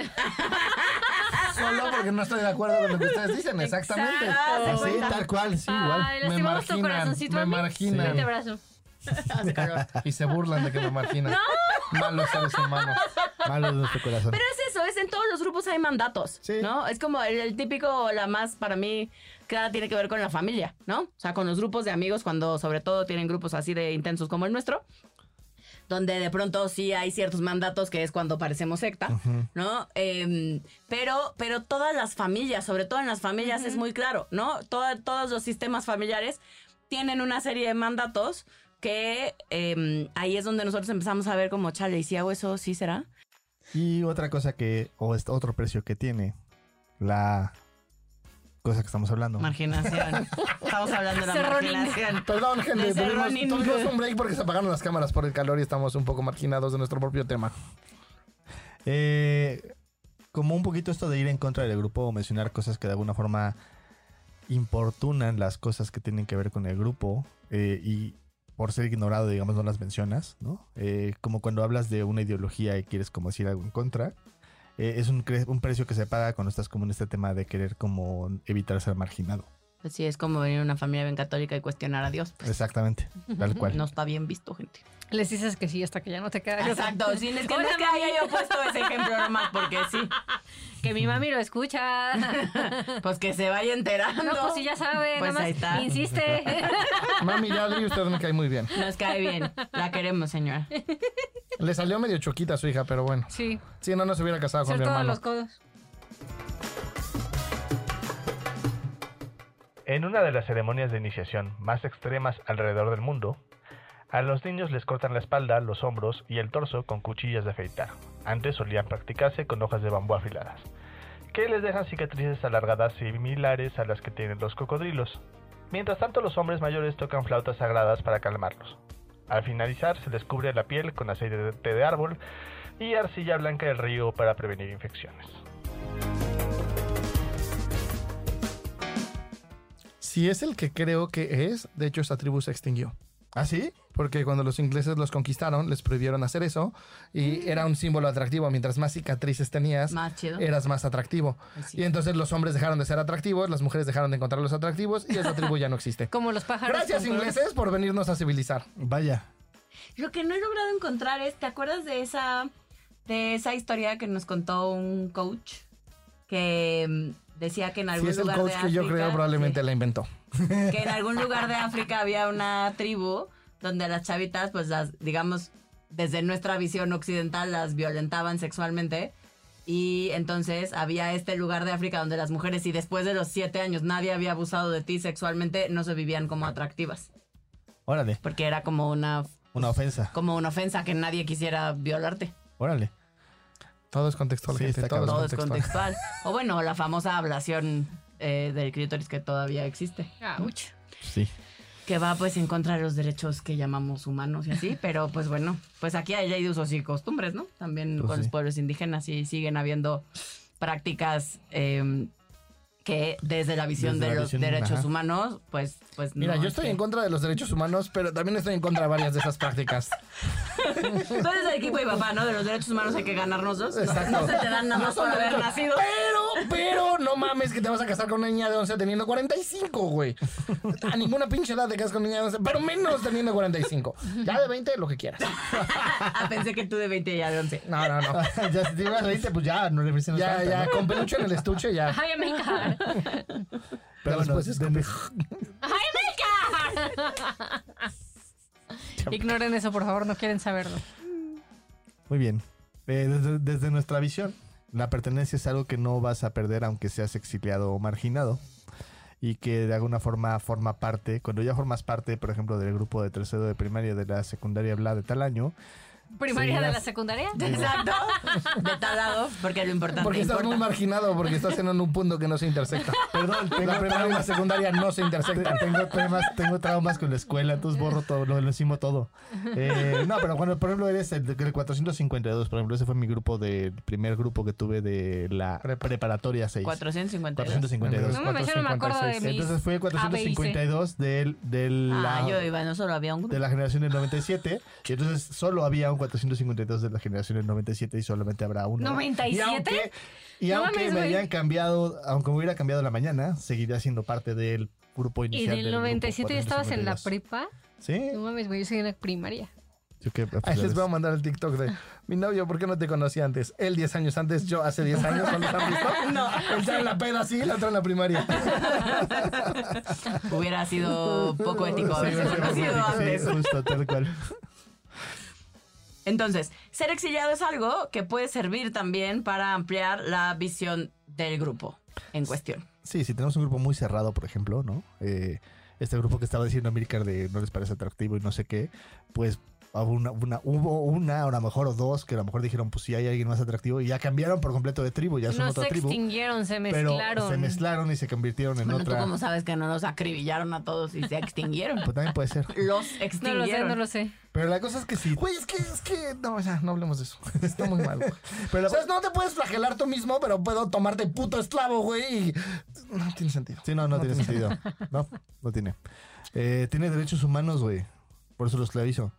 S1: solo porque no estoy de acuerdo con lo que ustedes dicen, exactamente.
S5: Exacto.
S3: Ah,
S2: Sí,
S3: cuenta.
S2: tal cual, sí,
S5: Ay,
S2: igual.
S1: Me
S5: lastimamos tu
S1: marginan,
S5: corazoncito.
S1: me
S5: a mí.
S1: marginan.
S5: Vete abrazo.
S1: Y se burlan de que me marginan. Malos seres humanos.
S2: Malo de nuestro corazón.
S3: Pero es eso, es en todos los grupos hay mandatos,
S2: Sí.
S3: ¿no? Es como el, el típico, la más para mí clara tiene que ver con la familia, ¿no? O sea, con los grupos de amigos cuando sobre todo tienen grupos así de intensos como el nuestro, donde de pronto sí hay ciertos mandatos que es cuando parecemos secta, ¿no? Eh, pero, pero todas las familias, sobre todo en las familias es muy claro, ¿no? Toda- todos los sistemas familiares tienen una serie de mandatos que eh, ahí es donde nosotros empezamos a ver como, chale, ¿y si hago eso, sí será?
S2: Y otra cosa que, o es otro precio que tiene, la cosa que estamos hablando.
S3: Marginación. Estamos hablando de la
S5: Cerroning.
S3: marginación.
S1: Perdón, gente,
S3: Desde
S1: tuvimos,
S3: Ronin.
S1: tuvimos un break porque se apagaron las cámaras por el calor y estamos un poco marginados de nuestro propio tema.
S2: Eh, como un poquito esto de ir en contra del grupo o mencionar cosas que de alguna forma importunan las cosas que tienen que ver con el grupo eh, y por ser ignorado, digamos, no las mencionas, ¿no? Eh, como cuando hablas de una ideología y quieres como decir algo en contra. eh, es un, cre- un precio que se paga cuando estás como en este tema de querer como evitar ser marginado.
S3: Pues sí, es como venir a una familia bien católica y cuestionar a Dios.
S2: Exactamente, tal cual.
S3: No está bien visto, gente.
S5: Les dices que sí hasta que ya no te queda.
S3: Exacto. Sí, es que no
S5: Oigan,
S3: es que haya yo puesto ese ejemplo nomás, porque sí.
S5: Que mi mami lo escucha.
S3: Pues que se vaya enterando.
S5: No, pues si ya sabe,
S3: Pues
S5: nada más
S3: ahí está.
S5: insiste.
S1: Mami y Adri, usted me cae muy bien.
S3: Nos cae bien. La queremos, señora.
S1: Le salió medio choquita a su hija, pero bueno.
S5: Sí,
S1: Si no, no se hubiera casado con mi
S5: sobre todo
S1: hermano.
S5: los codos.
S6: En una de las ceremonias de iniciación más extremas alrededor del mundo, a los niños les cortan la espalda, los hombros y el torso con cuchillas de afeitar. Antes solían practicarse con hojas de bambú afiladas, que les dejan cicatrices alargadas similares a las que tienen los cocodrilos. Mientras tanto, los hombres mayores tocan flautas sagradas para calmarlos. Al finalizar, se les cubre la piel con aceite de té de árbol y arcilla blanca del río para prevenir infecciones.
S1: Si es el que creo que es, de hecho esta tribu se extinguió.
S2: ¿Ah, sí?
S1: Porque cuando los ingleses los conquistaron, les prohibieron hacer eso y era un símbolo atractivo. Mientras más cicatrices tenías,
S3: Más chido. Pues
S1: eras más atractivo.
S3: Así
S1: Y entonces los hombres dejaron de ser atractivos, las mujeres dejaron de encontrarlos atractivos y esa tribu ya no existe.
S5: Como los pájaros.
S1: Gracias
S5: con colores.
S1: ingleses por venirnos a civilizar.
S2: Vaya.
S3: Lo que no he logrado encontrar es, ¿te acuerdas de esa, de esa historia que nos contó un coach? Que mm, decía que en
S1: Si
S3: algún
S1: es el
S3: lugar de
S1: coach que yo creo,
S3: África-
S1: probablemente la inventó.
S3: que en algún lugar de África había una tribu donde a las chavitas, pues las, digamos, desde nuestra visión occidental las violentaban sexualmente. Y entonces había este lugar de África donde las mujeres, si después de los siete años nadie había abusado de ti sexualmente, no se vivían como atractivas.
S2: Órale,
S3: Porque era como una,
S2: una ofensa.
S3: como una ofensa que nadie quisiera violarte.
S2: Órale.
S1: Todo es contextual,
S2: Sí,
S1: gente,
S2: está
S1: todo es
S2: cabrón.
S3: Todo es
S1: Pues contextual.
S3: contextual. O bueno, la famosa ablación eh, del clítoris que todavía existe.
S5: Ouch.
S2: Sí.
S3: que va pues en contra de los derechos que llamamos humanos y así, pero pues bueno, pues aquí hay ley de usos y costumbres, ¿no? También
S2: Pues
S3: con
S2: sí.
S3: los pueblos indígenas y siguen habiendo prácticas eh, que desde la visión
S2: Desde
S3: de
S2: la
S3: los
S2: visión,
S3: derechos
S2: ajá.
S3: humanos, pues, pues
S1: Mira,
S3: no,
S1: yo estoy
S3: este,
S1: en contra de los derechos humanos, pero también estoy en contra de varias de esas prácticas.
S3: Tú eres el equipo y papá, ¿no? De los derechos humanos hay que ganarnos dos. No,
S1: Exacto.
S3: no se te dan nada más por haber nacido.
S1: Pero, Pero no mames que te vas a casar con una niña de 11 teniendo 45, güey. A ninguna pinche edad te casas con una niña de 11, pero menos teniendo 45. Ya de 20, lo que quieras.
S3: Ah, pensé que tú de 20 ya de 11.
S1: No, no, no.
S2: ya, si te ibas a reírte, pues ya, no le ofrecemos
S1: Ya,
S2: tanta,
S1: ya,
S2: ¿no?
S1: con peluche en el estuche, ya.
S5: ¡Ay, América!
S2: Pero
S1: Pero
S2: bueno,
S1: después es
S2: de
S1: como-
S2: mi-
S5: ¡Ay, América! Ignoren eso, por favor, no quieren saberlo.
S2: Muy bien. Eh, desde, desde nuestra visión, la pertenencia es algo que no vas a perder aunque seas exiliado o marginado. Y que de alguna forma forma parte, cuando ya formas parte, por ejemplo, del grupo de tercero de primaria, de la secundaria, bla, de tal año,
S5: ¿Primaria de la
S2: Seguirás-
S5: secundaria?
S3: Exacto. De tal lado, porque lo importante
S1: Porque estás muy
S3: importa.
S1: marginado, porque estás en un punto que no se intersecta.
S2: Perdón, tengo
S1: La primaria y la
S2: traumas.
S1: secundaria no se intersectan.
S2: Tengo temas- tengo traumas con la escuela, entonces borro todo, lo, lo encimo todo. Eh, no, pero cuando, por ejemplo, eres el, el 452, por ejemplo, ese fue mi grupo de, el primer grupo que tuve de la preparatoria 6.
S3: 452.
S2: 452.
S5: No mames, yo no me acuerdo de
S1: 456.
S5: mis
S2: Entonces fue el 452 del, del-
S3: Ah,
S2: la-
S3: yo iba, no solo había un
S2: de
S3: grupo.
S2: la generación del 97. Y entonces solo había un 452 de la generación del 97 y solamente habrá uno. Y aunque,
S5: ¿97?
S2: y
S5: No
S2: aunque
S5: mames,
S2: me
S5: güey.
S2: hayan cambiado, aunque me hubiera cambiado la mañana, seguiría siendo parte del grupo
S5: ¿Y
S2: inicial.
S5: del 97 ya estabas en la
S2: 452.
S5: prepa? No
S2: Sí.
S5: mames, güey, yo soy en la primaria.
S2: Yo que- pues,
S1: Ahí Ah, les voy a mandar el TikTok de mi novio, ¿por qué no te conocí antes? Él 10 años antes, yo hace 10 años, ¿no los han visto? Él está en la peda así, la otra en la primaria.
S3: Hubiera sido poco ético haberse
S2: Sí, sí,
S3: conocido
S2: sí,
S3: antes.
S2: justo, tal cual.
S3: Entonces, ser exiliado es algo que puede servir también para ampliar la visión del grupo en cuestión.
S2: Sí, si tenemos un grupo muy cerrado, por ejemplo, ¿no? Eh, este grupo que estaba diciendo Amílcar de no les parece atractivo y no sé qué, pues hubo una, una- hubo una, o a lo mejor o dos, que a lo mejor dijeron, pues sí hay alguien más atractivo y ya cambiaron por completo de tribu, ya son
S5: No se
S2: otra tribu.
S5: extinguieron, se
S2: Pero
S5: mezclaron.
S2: se mezclaron y se convirtieron en
S3: Bueno,
S2: otra.
S3: ¿tú cómo sabes que no nos acribillaron a todos y se extinguieron?
S2: Pues también puede ser.
S3: Los
S5: No lo sé,
S3: extinguieron.
S5: no lo sé.
S2: Pero la cosa es que sí.
S1: Güey, es que, es que, no, ya, no hablemos de eso. Está muy mal, güey.
S2: Pero la-
S1: O sea, no te puedes flagelar tú mismo, pero puedo tomarte puto esclavo, güey. y- No tiene sentido.
S2: Sí, no, no, tiene sentido. No, no tiene. Eh, tiene derechos humanos, güey. Por eso los clavizo.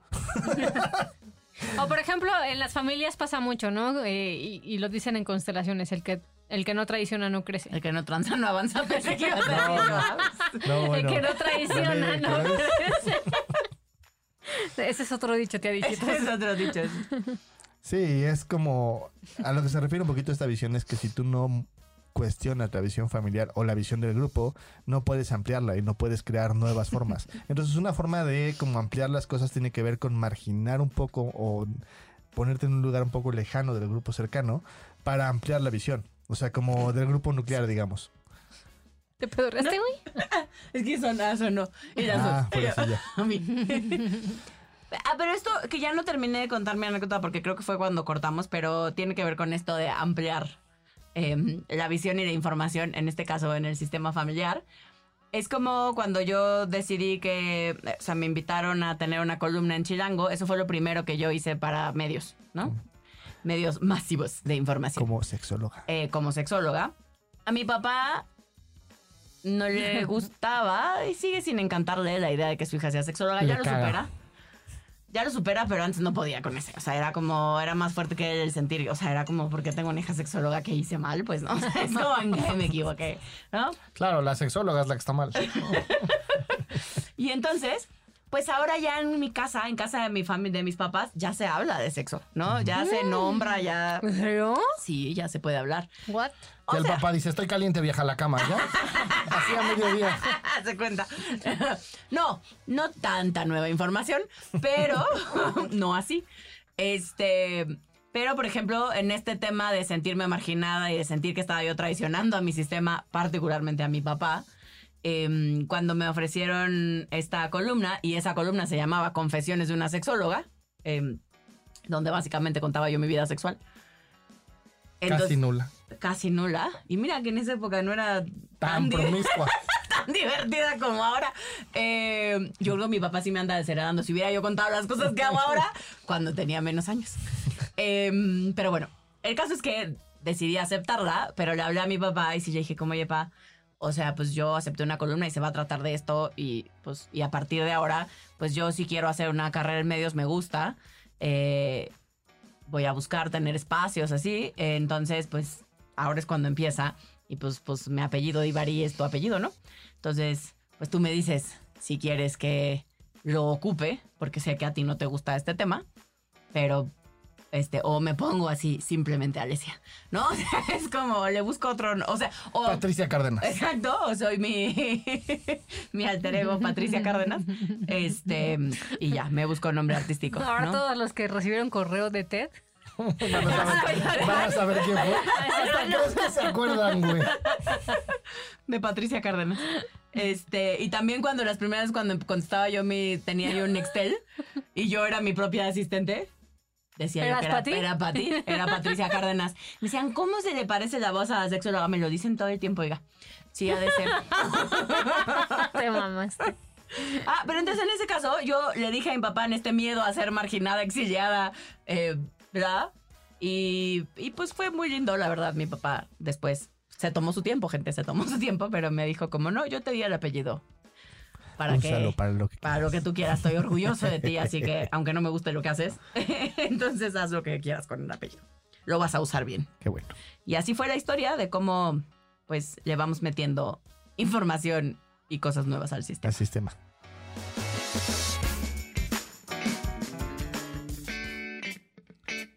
S5: O por ejemplo, en las familias pasa mucho, ¿no? Eh, y, y lo dicen en constelaciones, el que, el que no traiciona no crece.
S3: El que no tranza no avanza, pensé que iba a ser
S2: No,
S3: eso.
S2: no. No, bueno.
S5: El que no traiciona
S2: Dale,
S5: no
S2: ¿qué ves?
S5: crece. Ese es otro dicho, tía Dichito.
S3: Ese es otro dicho.
S2: Sí, es como a lo que se refiere un poquito esta visión es que si tú no cuestionas la visión familiar o la visión del grupo, no puedes ampliarla y no puedes crear nuevas formas. Entonces una forma de como ampliar las cosas tiene que ver con marginar un poco o ponerte en un lugar un poco lejano del grupo cercano para ampliar la visión. O sea, como del grupo nuclear, digamos.
S5: ¿Te pedorraste, güey?
S3: Es que sonó, sonó. Y ya
S2: Ah,
S3: sonó.
S2: por eso ya.
S3: A mí. Ah, pero esto que ya no terminé de contar mi anécdota porque creo que fue cuando cortamos, pero tiene que ver con esto de ampliar eh, la visión y la información, en este caso en el sistema familiar. Es como cuando yo decidí que, eh, o sea, me invitaron a tener una columna en Chilango, eso fue lo primero que yo hice para medios, ¿no? Medios masivos de información
S2: Como sexóloga.
S3: eh, como sexóloga. A mi papá no le gustaba y sigue sin encantarle la idea de que su hija sea sexóloga.
S1: Le
S3: ya lo
S1: caga.
S3: supera. Ya lo supera, pero antes no podía con ese. O sea, era como, era más fuerte que él el sentir. O sea, era como, porque tengo una hija sexóloga que hice mal? Pues no, o sea, es como, ¿en qué me equivoqué? ¿No?
S1: Claro, la sexóloga es la que está mal.
S3: Y entonces, pues ahora ya en mi casa, en casa de mi familia, de mis papás, ya se habla de sexo, ¿no? Ya
S1: Mm.
S3: se nombra, ya.
S5: ¿En serio?
S3: Sí, ya se puede hablar.
S5: ¿What?
S1: Y el papá dice, estoy caliente, vieja, a la cama, ¿ya? Así a mediodía.
S3: Hace cuenta. No, no tanta nueva información, pero no así. Este, pero por ejemplo, en este tema de sentirme marginada y de sentir que estaba yo traicionando a mi sistema, particularmente a mi papá, em, cuando me ofrecieron esta columna, y esa columna se llamaba Confesiones de una sexóloga, em, donde básicamente contaba yo mi vida sexual.
S1: Casi
S3: Entonces,
S1: nula.
S3: casi nula. Y mira que en esa época no era
S1: Tan
S3: tan, divertida
S1: promiscua.
S3: tan divertida como ahora. Eh, yo creo que mi papá sí me anda desheredando. Si hubiera yo contado las cosas que hago ahora, cuando tenía menos años. Eh, pero bueno, el caso es que decidí aceptarla, pero le hablé a mi papá y sí le dije, como, oye, pa, o sea, pues yo acepté una columna y se va a tratar de esto y pues y a partir de ahora, pues yo sí quiero hacer una carrera en medios, me gusta. Eh, voy a buscar tener espacios así. Eh, entonces, pues ahora es cuando empieza Y pues, pues mi apellido Ibarí es tu apellido, ¿no? Entonces, pues tú me dices si quieres que lo ocupe, porque sé que a ti no te gusta este tema, pero este, o me pongo así, simplemente Alesia, ¿no? O sea, es como, le busco otro, o sea, o...
S1: Patricia Cárdenas.
S3: Exacto, soy mi, mi alter ego Patricia Cárdenas. Este, y ya, me busco nombre artístico.
S5: Ahora
S3: ¿no?
S5: todos los que recibieron correo de TED.
S1: Van a saber, van a saber quién fue. Hasta crees que se acuerdan, güey.
S3: De Patricia Cárdenas. Este, y también cuando las primeras cuando contestaba yo mi, tenía yo un Nextel y yo era mi propia asistente. Decía yo
S5: ¿Eras
S3: que era,
S5: Pati?
S3: era Pati, era Patricia Cárdenas. Me decían, ¿cómo se le parece la voz a la sexóloga? Me lo dicen todo el tiempo, oiga. Sí, ha de ser.
S5: Te mamaste.
S3: Ah, pero entonces en ese caso yo le dije a mi papá en este miedo a ser marginada, exiliada, eh, ¿verdad? Y, y pues fue muy lindo, la verdad, mi papá después. Se tomó su tiempo, gente, se tomó su tiempo, pero me dijo como, no, yo te di el apellido. Para
S2: Úsalo
S3: que,
S2: para lo que
S3: para lo que tú quieras, estoy orgulloso de ti, así que aunque no me guste lo que haces, entonces haz lo que quieras con el apellido. Lo vas a usar bien.
S2: Qué bueno.
S3: Y así fue la historia de cómo, pues, le vamos metiendo información y cosas nuevas al sistema.
S2: Al sistema.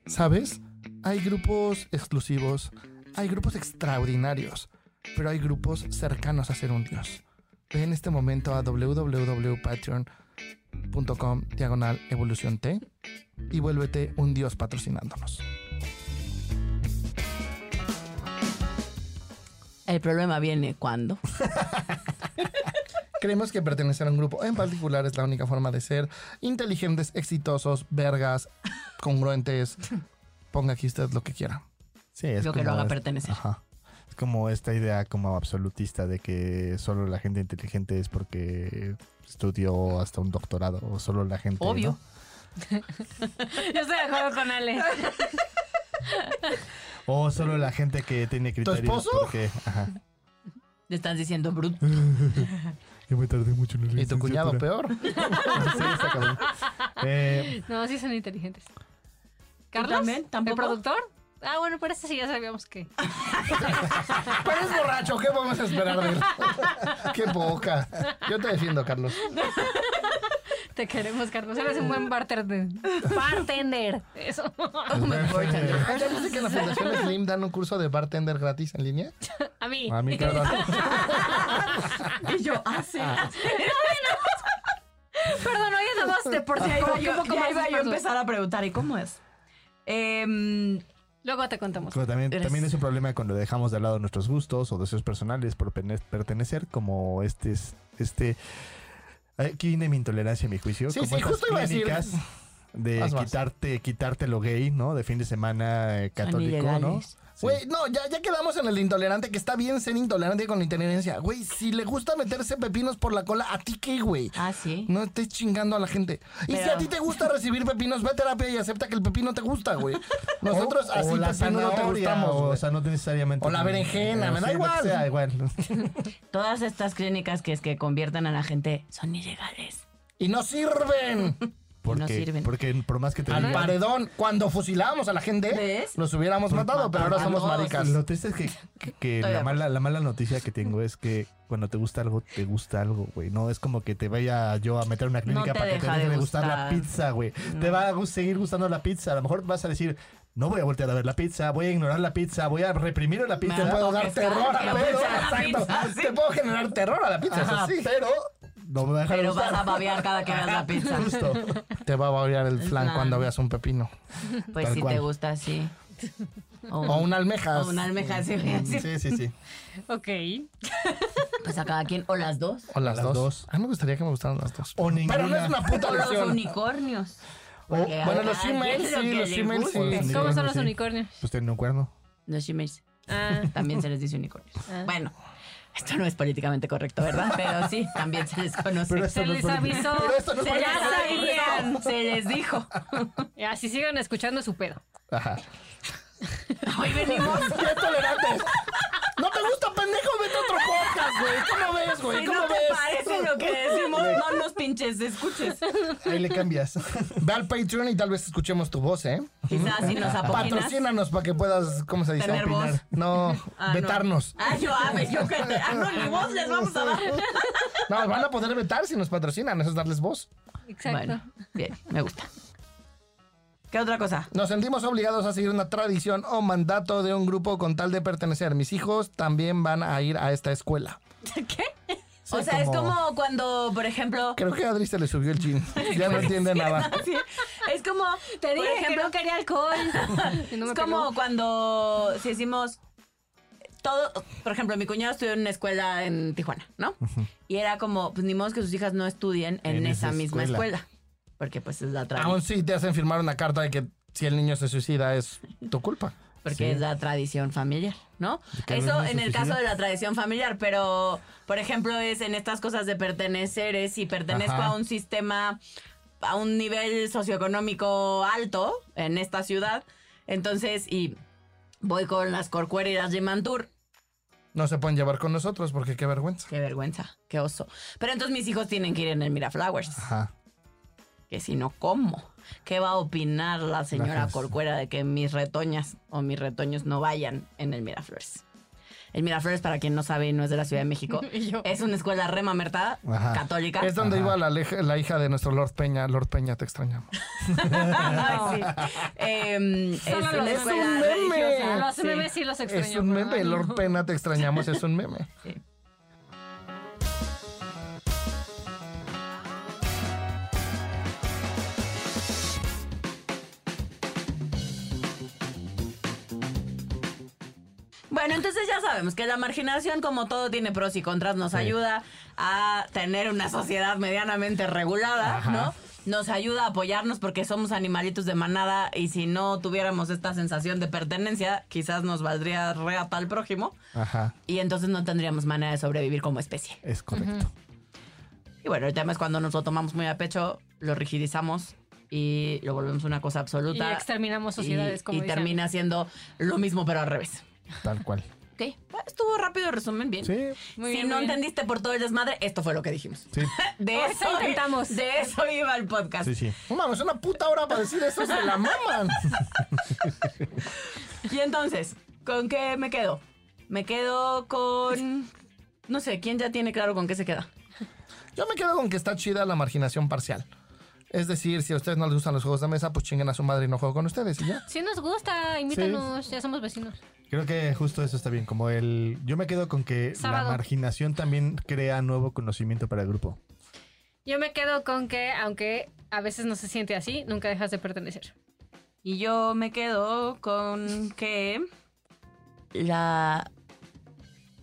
S1: ¿Sabes? Hay grupos exclusivos, hay grupos extraordinarios, pero hay grupos cercanos a ser un dios. Ve en este momento a www.patreon.com diagonal evolución T y vuélvete un dios patrocinándonos.
S3: El problema viene cuando.
S1: Creemos que pertenecer a un grupo en particular es la única forma de ser inteligentes, exitosos, vergas, congruentes. Ponga aquí usted lo que quiera.
S2: Sí, es
S3: Lo que lo
S2: como
S3: haga
S2: es-
S3: pertenecer.
S2: Ajá. Es como esta idea como absolutista de que solo la gente inteligente es porque estudió hasta un doctorado o solo la gente...
S3: Obvio.
S2: ¿no?
S5: Yo estoy de acuerdo con Ale.
S2: O solo la gente que tiene criterios
S1: esposo?
S2: porque... Ajá.
S3: Le estás diciendo bruto.
S2: Yo me tardé mucho en la
S1: Y tu cuñado peor.
S2: Sí, está cabrón. Eh,
S5: No, sí son inteligentes. ¿Carlos?
S3: también?
S5: ¿El
S3: ¿Tampoco?
S5: productor? Ah, bueno, por eso sí ya sabíamos que.
S1: Pero es borracho, ¿qué vamos a esperar de él? Qué poca. Yo te defiendo, Carlos.
S5: Te queremos, Carlos. Eres un buen bartender. Bartender. Eso.
S1: ¿Ya viste que en la Fundación Slim dan un curso de bartender gratis en línea?
S5: A mí.
S2: a mí, claro.
S3: Y yo, ah, sí.
S5: Perdón, oye, nada más de por si
S3: Ya iba
S5: hay
S3: yo,
S5: un poco
S3: ya
S5: más
S3: iba yo a
S5: disperso.
S3: empezar a preguntar, ¿y cómo es? Em,
S5: Luego te contamos.
S2: Pero también,
S3: Eres-
S2: también es un problema cuando dejamos de lado nuestros gustos o deseos personales por pene- pertenecer, como este es- este aquí viene mi intolerancia, mi juicio.
S1: Sí,
S2: como
S1: sí,
S2: estas
S1: justo iba a decir.
S2: clínicas De
S1: Vas, vas.
S2: quitarte, quitarte lo gay, ¿no? De fin de semana eh,
S3: Son
S2: católico, ¿no?
S3: ilegales.
S2: Sí.
S1: Güey, no, ya, ya quedamos en el intolerante, que está bien ser intolerante con la intolerancia. Güey, si le gusta meterse pepinos por la cola, ¿a ti qué, güey?
S3: ah, sí.
S1: No estés chingando a la gente. Y si a
S3: Pero-
S1: ti te gusta recibir pepinos, ve a terapia y acepta que el pepino te gusta, güey. Nosotros
S2: O-
S1: así
S2: o la
S1: pepino no te
S2: zanahoria,
S1: gustamos.
S2: o,
S1: güey.
S2: sea, no necesariamente. eh,
S1: O la berenjena, me da
S2: sí, lo que
S1: igual.
S2: sea, igual.
S3: Todas estas clínicas que es que convierten a la gente son ilegales.
S1: Y no sirven.
S2: Porque,
S3: No sirven.
S2: porque por más que te
S1: Al
S2: digan-
S1: paredón, cuando fusilábamos a la gente,
S3: ¿Ves?
S1: los hubiéramos matado, pero ahora somos
S3: matados.
S1: maricas.
S2: Lo triste es que, que- que
S3: Estoy de
S2: la,
S3: acuerdo.
S2: mala, la mala noticia que tengo es que cuando te gusta algo, te gusta algo, güey. No es como que te vaya yo a meter a una clínica
S3: No te
S2: para que te
S3: deja
S2: deje
S3: de
S2: de gustar la
S3: gustar.
S2: pizza, güey. Te va a gu- seguir gustando la pizza. A lo mejor vas a decir, no voy a voltear a ver la pizza, voy a ignorar la pizza, voy a reprimir la
S3: Me
S1: Te
S2: pizza.
S3: antoja.
S1: puedo dar
S3: Toques,
S1: terror a la
S3: claro,
S1: pizza,
S3: claro,
S1: exacto.
S3: pizza, sí.
S1: Te puedo generar terror a la pizza, eso
S2: Ajá,
S1: sí.
S2: Pero no me va a dejar de
S3: Pero vas a
S2: gustar.
S3: babear cada que veas la pizza.
S2: Justo.
S1: Te va a babear el flan
S3: flan.
S1: cuando veas un pepino.
S3: Pues
S2: Tal
S3: si
S2: cual.
S3: te gusta, sí. O,
S1: O una almeja.
S3: o una almeja, sí. sí.
S2: Sí, sí, sí.
S5: Ok.
S3: Pues a cada quien, o las dos.
S1: O las,
S2: Las
S1: dos.
S2: dos.
S1: A mí me gustaría que me gustaran las dos.
S2: O ninguna.
S1: Pero no es una puta
S3: O los
S1: lesión.
S3: unicornios.
S2: O-
S3: Porque a
S1: Bueno, los
S3: cada quien
S1: emails
S3: lo
S1: sí,
S3: que
S1: los
S3: le
S1: emails
S3: guste.
S2: gusta.
S1: sí.
S5: ¿Cómo son
S2: Unicornio,
S5: los
S2: sí.
S5: unicornios?
S2: Pues tiene un cuerno.
S3: Los emails.
S5: Ah,
S3: También se les dice unicornios.
S5: Ah.
S3: Bueno, esto no es políticamente correcto, ¿verdad? Pero sí, también se les conoce.
S2: Pero esto
S5: se
S2: no es
S5: les
S2: política.
S5: avisó.
S2: Pero esto no es
S3: se
S2: política.
S3: ya sabían, se les dijo.
S5: Ya, si sigan escuchando su pedo.
S2: Ajá.
S3: Hoy venimos.
S1: Qué tolerantes. No te gusta, pendejo, vete a otro podcast. ves, güey? ¿Cómo ves, güey?
S3: Si
S1: ¿Cómo
S3: no te
S1: ves?
S3: parece lo que decimos, no nos pinches, escuches.
S2: Ahí le cambias.
S1: Ve al Patreon y tal vez escuchemos tu voz, ¿eh?
S3: Quizás si nos apoquinas.
S1: Patrocínanos para que puedas, ¿cómo se dice?
S3: Tener voz.
S1: No,
S3: Ah, no.
S1: vetarnos.
S3: Ah, yo, ah, me- yo que te. Ah, no, ni vos les vamos a dar.
S1: No, van a poder vetar si nos patrocinan, eso es darles voz.
S5: Exacto.
S3: Bueno, bien, me gusta. ¿Qué otra cosa?
S1: Nos sentimos obligados a seguir una tradición o mandato de un grupo con tal de pertenecer. Mis hijos también van a ir a esta escuela.
S3: ¿Qué?
S1: Sí,
S3: o sea,
S1: como-
S3: es como cuando, por ejemplo.
S1: Creo que a Adri se le subió el chin. Ya no entiende nada.
S3: Sí, es como.
S5: Te
S3: por
S5: dije que
S3: ejemplo,
S5: no quería alcohol. Y no me
S3: es como
S5: pegó.
S3: cuando si decimos todo, por ejemplo, mi cuñado estudió en una escuela en Tijuana, ¿no? Y era como, pues ni modo que sus hijas no estudien en,
S2: En
S3: esa,
S2: esa
S3: misma
S2: escuela.
S3: escuela. Porque pues es la tradición.
S1: Aún sí te hacen firmar una carta de que si el niño se suicida es tu culpa.
S3: Porque
S2: Sí.
S3: es la tradición familiar, ¿no?
S2: que
S3: Eso
S2: no es
S3: en el
S2: suficiente.
S3: caso de la tradición familiar, pero por ejemplo es en estas cosas de pertenecer, es si pertenezco
S1: Ajá.
S3: a un sistema, a un nivel socioeconómico alto en esta ciudad, entonces y voy con las corcuera y las Jimantur,
S1: No se pueden llevar con nosotros porque qué vergüenza.
S3: qué vergüenza, qué oso. Pero entonces mis hijos tienen que ir en el Miraflowers,
S2: Ajá.
S3: que si no, ¿cómo? ¿Qué va a opinar la señora
S2: Gracias.
S3: Corcuera de que mis retoñas o mis retoños no vayan en el Miraflores? El Miraflores, para quien no sabe y no es de la Ciudad de México,
S5: Y yo.
S3: es una escuela remamertada,
S2: Ajá.
S3: católica.
S1: Es donde
S2: Ajá.
S1: iba la, leja- la hija de nuestro Lord Peña. Lord Peña, te extrañamos.
S3: Ay, sí. Ah, Em, es
S5: Solo
S3: una
S5: los
S1: Es
S3: escuela
S1: un meme.
S3: religiosa.
S5: Los
S3: Sí.
S5: memes sí los extraño.
S1: Es un meme.
S5: pero-
S1: Lord Peña, te extrañamos. Es un meme.
S3: Bueno, entonces ya sabemos que la marginación, como todo, tiene pros y contras, nos ayuda a tener una sociedad medianamente regulada, ¿no? Nos ayuda a apoyarnos porque somos animalitos de manada y si no tuviéramos esta sensación de pertenencia, quizás nos valdría re a tal prójimo
S2: Ajá.
S3: y entonces no tendríamos manera de sobrevivir como especie.
S2: Es correcto.
S3: Y bueno, el tema es cuando nos lo tomamos muy a pecho, lo rigidizamos y lo volvemos una cosa
S5: Y
S3: absoluta.
S5: exterminamos
S3: y-
S5: sociedades como
S3: y
S5: dicen.
S3: termina siendo lo mismo pero al revés.
S2: Tal cual.
S3: Ok, estuvo rápido, resumen bien. Oh,
S2: Sí.
S5: Muy
S3: si
S5: bien,
S3: no
S5: muy bien.
S3: entendiste por todo el desmadre, esto fue lo que dijimos.
S2: Sí.
S3: De
S5: Ahorita
S3: eso
S5: intentamos.
S3: De eso iba el podcast.
S2: Sí, sí.
S1: No Mames, una puta hora para decir eso. Se la maman.
S3: Y entonces, ¿con qué me quedo? Me quedo con. No sé, ¿quién ya tiene claro con qué se queda?
S1: Yo me quedo con que está chida la marginación parcial. Es decir, si a ustedes no les gustan los juegos de mesa, pues chinguen a su madre y no juego con ustedes y ya.
S5: Sí nos gusta, invítanos, ya somos vecinos.
S2: Creo que justo eso está bien. Como el. Yo me quedo con que
S5: Sábado.
S2: la marginación también crea nuevo conocimiento para el grupo.
S5: Yo me quedo con que, aunque a veces no se siente así, nunca dejas de pertenecer.
S3: Y yo me quedo con que. La.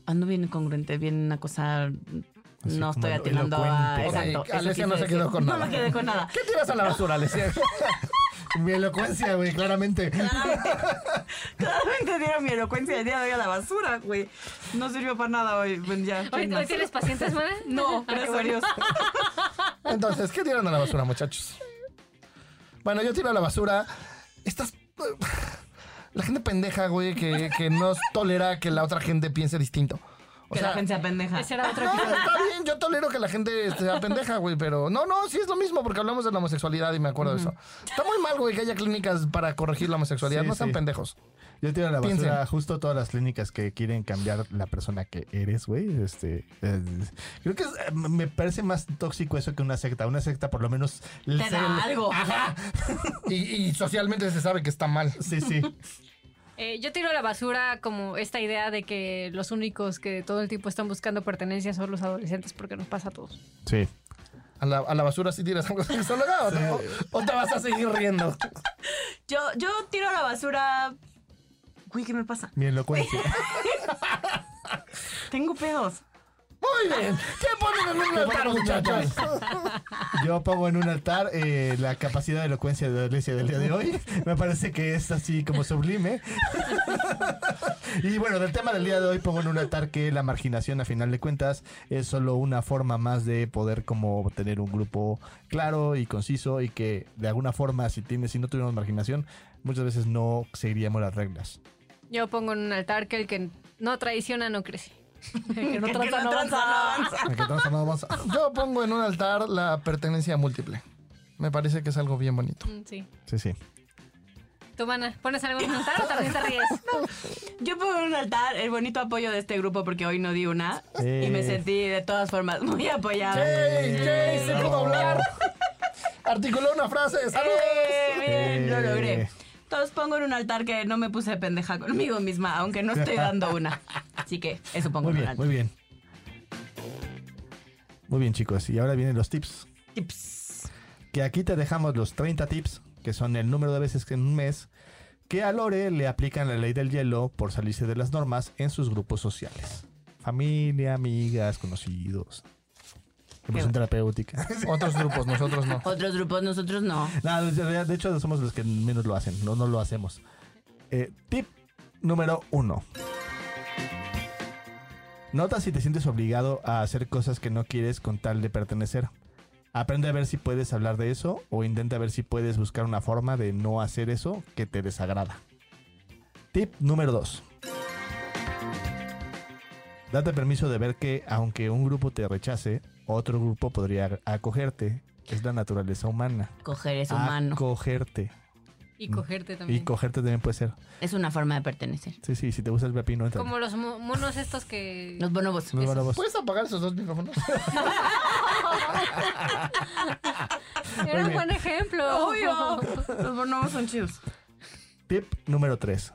S3: Ando bien congruente, bien una cosa.
S2: Así
S3: no
S2: como
S3: estoy
S2: elo-
S3: atinando a.
S2: elocuente.
S3: Exacto.
S1: Ok,
S3: eso
S1: Alessia
S3: quise
S1: no se
S3: decir.
S1: quedó con
S3: No
S1: nada.
S3: me quedé con nada.
S1: ¿Qué tiras a la basura, Alessia?
S2: Mi elocuencia, güey, claramente.
S3: Claramente dieron mi elocuencia el día de hoy a la basura, güey. No sirvió para nada hoy. Bueno, ya.
S5: ¿Hoy, hoy tienes pacientes, madre?
S3: No,
S5: Ah, qué
S3: gracias a
S5: bueno.
S3: Dios.
S1: Entonces, ¿qué tiran a la basura, muchachos? Bueno, yo tiro a la basura estas... La gente pendeja, güey, que, que no tolera que la otra gente piense distinto. O
S3: que la
S1: sea,
S3: gente sea pendeja.
S5: Ese era otro
S1: no, está bien, yo tolero que la gente sea pendeja, güey, pero no, no, sí es lo mismo porque hablamos de la homosexualidad y me acuerdo de eso. Está muy mal, güey, que haya clínicas para corregir la homosexualidad,
S2: Sí,
S1: no sean
S2: sí.
S1: pendejos.
S2: Yo tiro a la basura
S1: Piensen.
S2: justo todas las clínicas que quieren cambiar la persona que eres, güey. Este, eh, creo que es- eh, me parece más tóxico eso que una secta. Una secta por lo menos...
S3: Te da algo.
S1: Y, y socialmente se sabe que está mal.
S2: Sí, sí.
S5: Eh, yo tiro a la basura como esta idea de que los únicos que todo el tiempo están buscando pertenencia son los adolescentes porque nos pasa a todos.
S2: Sí.
S1: A la, a la basura sí tiras algo sexualizado, ¿no? o te vas a seguir riendo.
S3: Yo, yo tiro a la basura. Güey, ¿qué me pasa?
S2: Mi elocuencia.
S3: Tengo pedos.
S1: Muy bien. ¿Qué ponen en un altar, muchachos?
S2: Yo pongo en un altar eh, la capacidad de elocuencia de Alicia del día de hoy. Me parece que es así como sublime. Y bueno, del tema del día de hoy pongo en un altar que la marginación a final de cuentas es solo una forma más de poder como tener un grupo claro y conciso y que de alguna forma si tienes, si no tuviéramos marginación, muchas veces no seguiríamos las reglas.
S5: Yo pongo en un altar que el que no traiciona no crece. Que no
S3: Que
S5: tranza,
S3: no
S5: no
S3: tranza,
S5: avanza.
S3: no avanza.
S1: Me quedo tan avanzado. Yo pongo en un altar la pertenencia múltiple. Me parece que es algo bien bonito.
S5: Mm, Sí.
S2: Sí, sí.
S5: Tú, mana, ¿pones algo en un altar o también te ríes?
S3: Yo pongo en un altar el bonito apoyo de este grupo porque hoy no di una
S2: Eh.
S3: y me sentí de todas formas muy apoyada.
S1: ¡Yay! ¡Yay! ¡Se pudo hablar! Articuló una frase. ¡Saludos!
S3: ¡Eh! Bien, lo
S2: Eh.
S3: logré. Entonces pongo en un altar que no me puse pendeja conmigo misma, aunque no estoy dando una. Así que eso pongo
S2: Muy
S3: en un
S2: bien,
S3: altar.
S2: muy bien. Muy bien, chicos. Y ahora vienen los tips.
S3: Tips.
S2: Que aquí te dejamos los 30 tips, que son el número de veces que en un mes que a Lore le aplican la ley del hielo por salirse de las normas en sus grupos sociales. Familia, amigas, conocidos. Emoción terapéutica.
S1: Otros grupos, nosotros no.
S3: Otros grupos, nosotros no.
S2: No, de- de de hecho somos los que menos lo hacen, no, no lo hacemos. Eh, tip número uno. Nota si te sientes obligado a hacer cosas que no quieres con tal de pertenecer. Aprende a ver si puedes hablar de eso o intenta ver si puedes buscar una forma de no hacer eso que te desagrada. Tip número 2. Date permiso de ver que aunque un grupo te rechace, otro grupo podría acogerte. Es la naturaleza humana
S3: Coger
S2: Ah,
S3: es humano.
S2: cogerte.
S5: Y cogerte
S2: Y
S5: también.
S2: cogerte también puede ser.
S3: es una forma de pertenecer.
S2: Sí, sí, si te gusta el pepino, entra.
S5: Como los mo- monos estos que...
S3: Los bonobos.
S2: Nos va la voz.
S1: ¿Puedes apagar esos dos micrófonos?
S5: Era un buen ejemplo.
S3: Obvio. Los bonobos son chidos.
S2: Tip número 3.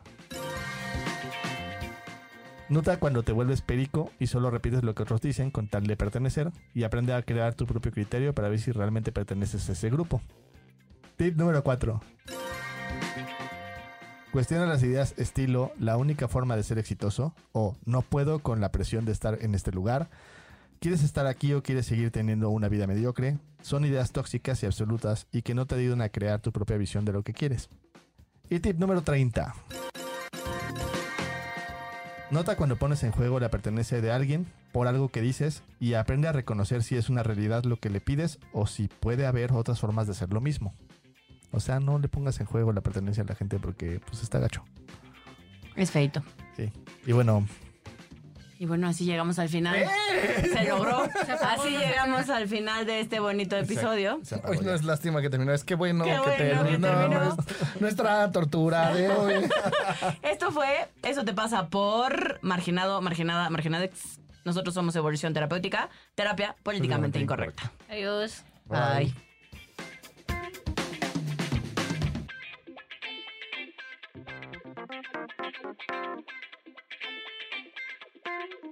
S2: Nota cuando te vuelves perico y solo repites lo que otros dicen con tal de pertenecer y aprende a crear tu propio criterio para ver si realmente perteneces a ese grupo. Tip número 4. Cuestiona las ideas estilo la única forma de ser exitoso o no puedo con la presión de estar en este lugar. ¿Quieres estar aquí o quieres seguir teniendo una vida mediocre? Son ideas tóxicas y absolutas y que no te ayudan a crear tu propia visión de lo que quieres. Y tip número 30. Nota cuando pones en juego la pertenencia de alguien por algo que dices y aprende a reconocer si es una realidad lo que le pides o si puede haber otras formas de hacer lo mismo. O sea, no le pongas en juego la pertenencia de la gente porque pues está gacho.
S3: Es feito.
S2: Sí. Y bueno,
S3: Y bueno, así llegamos al final. ¡Eh! Se logró. Así llegamos al final de este bonito episodio.
S2: se apagó
S1: Hoy no
S2: ya.
S1: es lástima que terminó. Es que bueno
S3: Qué
S1: que
S3: bueno que
S1: terminó,
S3: terminó.
S1: nues- nuestra tortura de hoy.
S3: Esto fue Eso te pasa por Marginado, Marginada, Marginadex. Nosotros somos Evolución Terapéutica, terapia políticamente incorrecta.
S5: Adiós.
S3: Bye.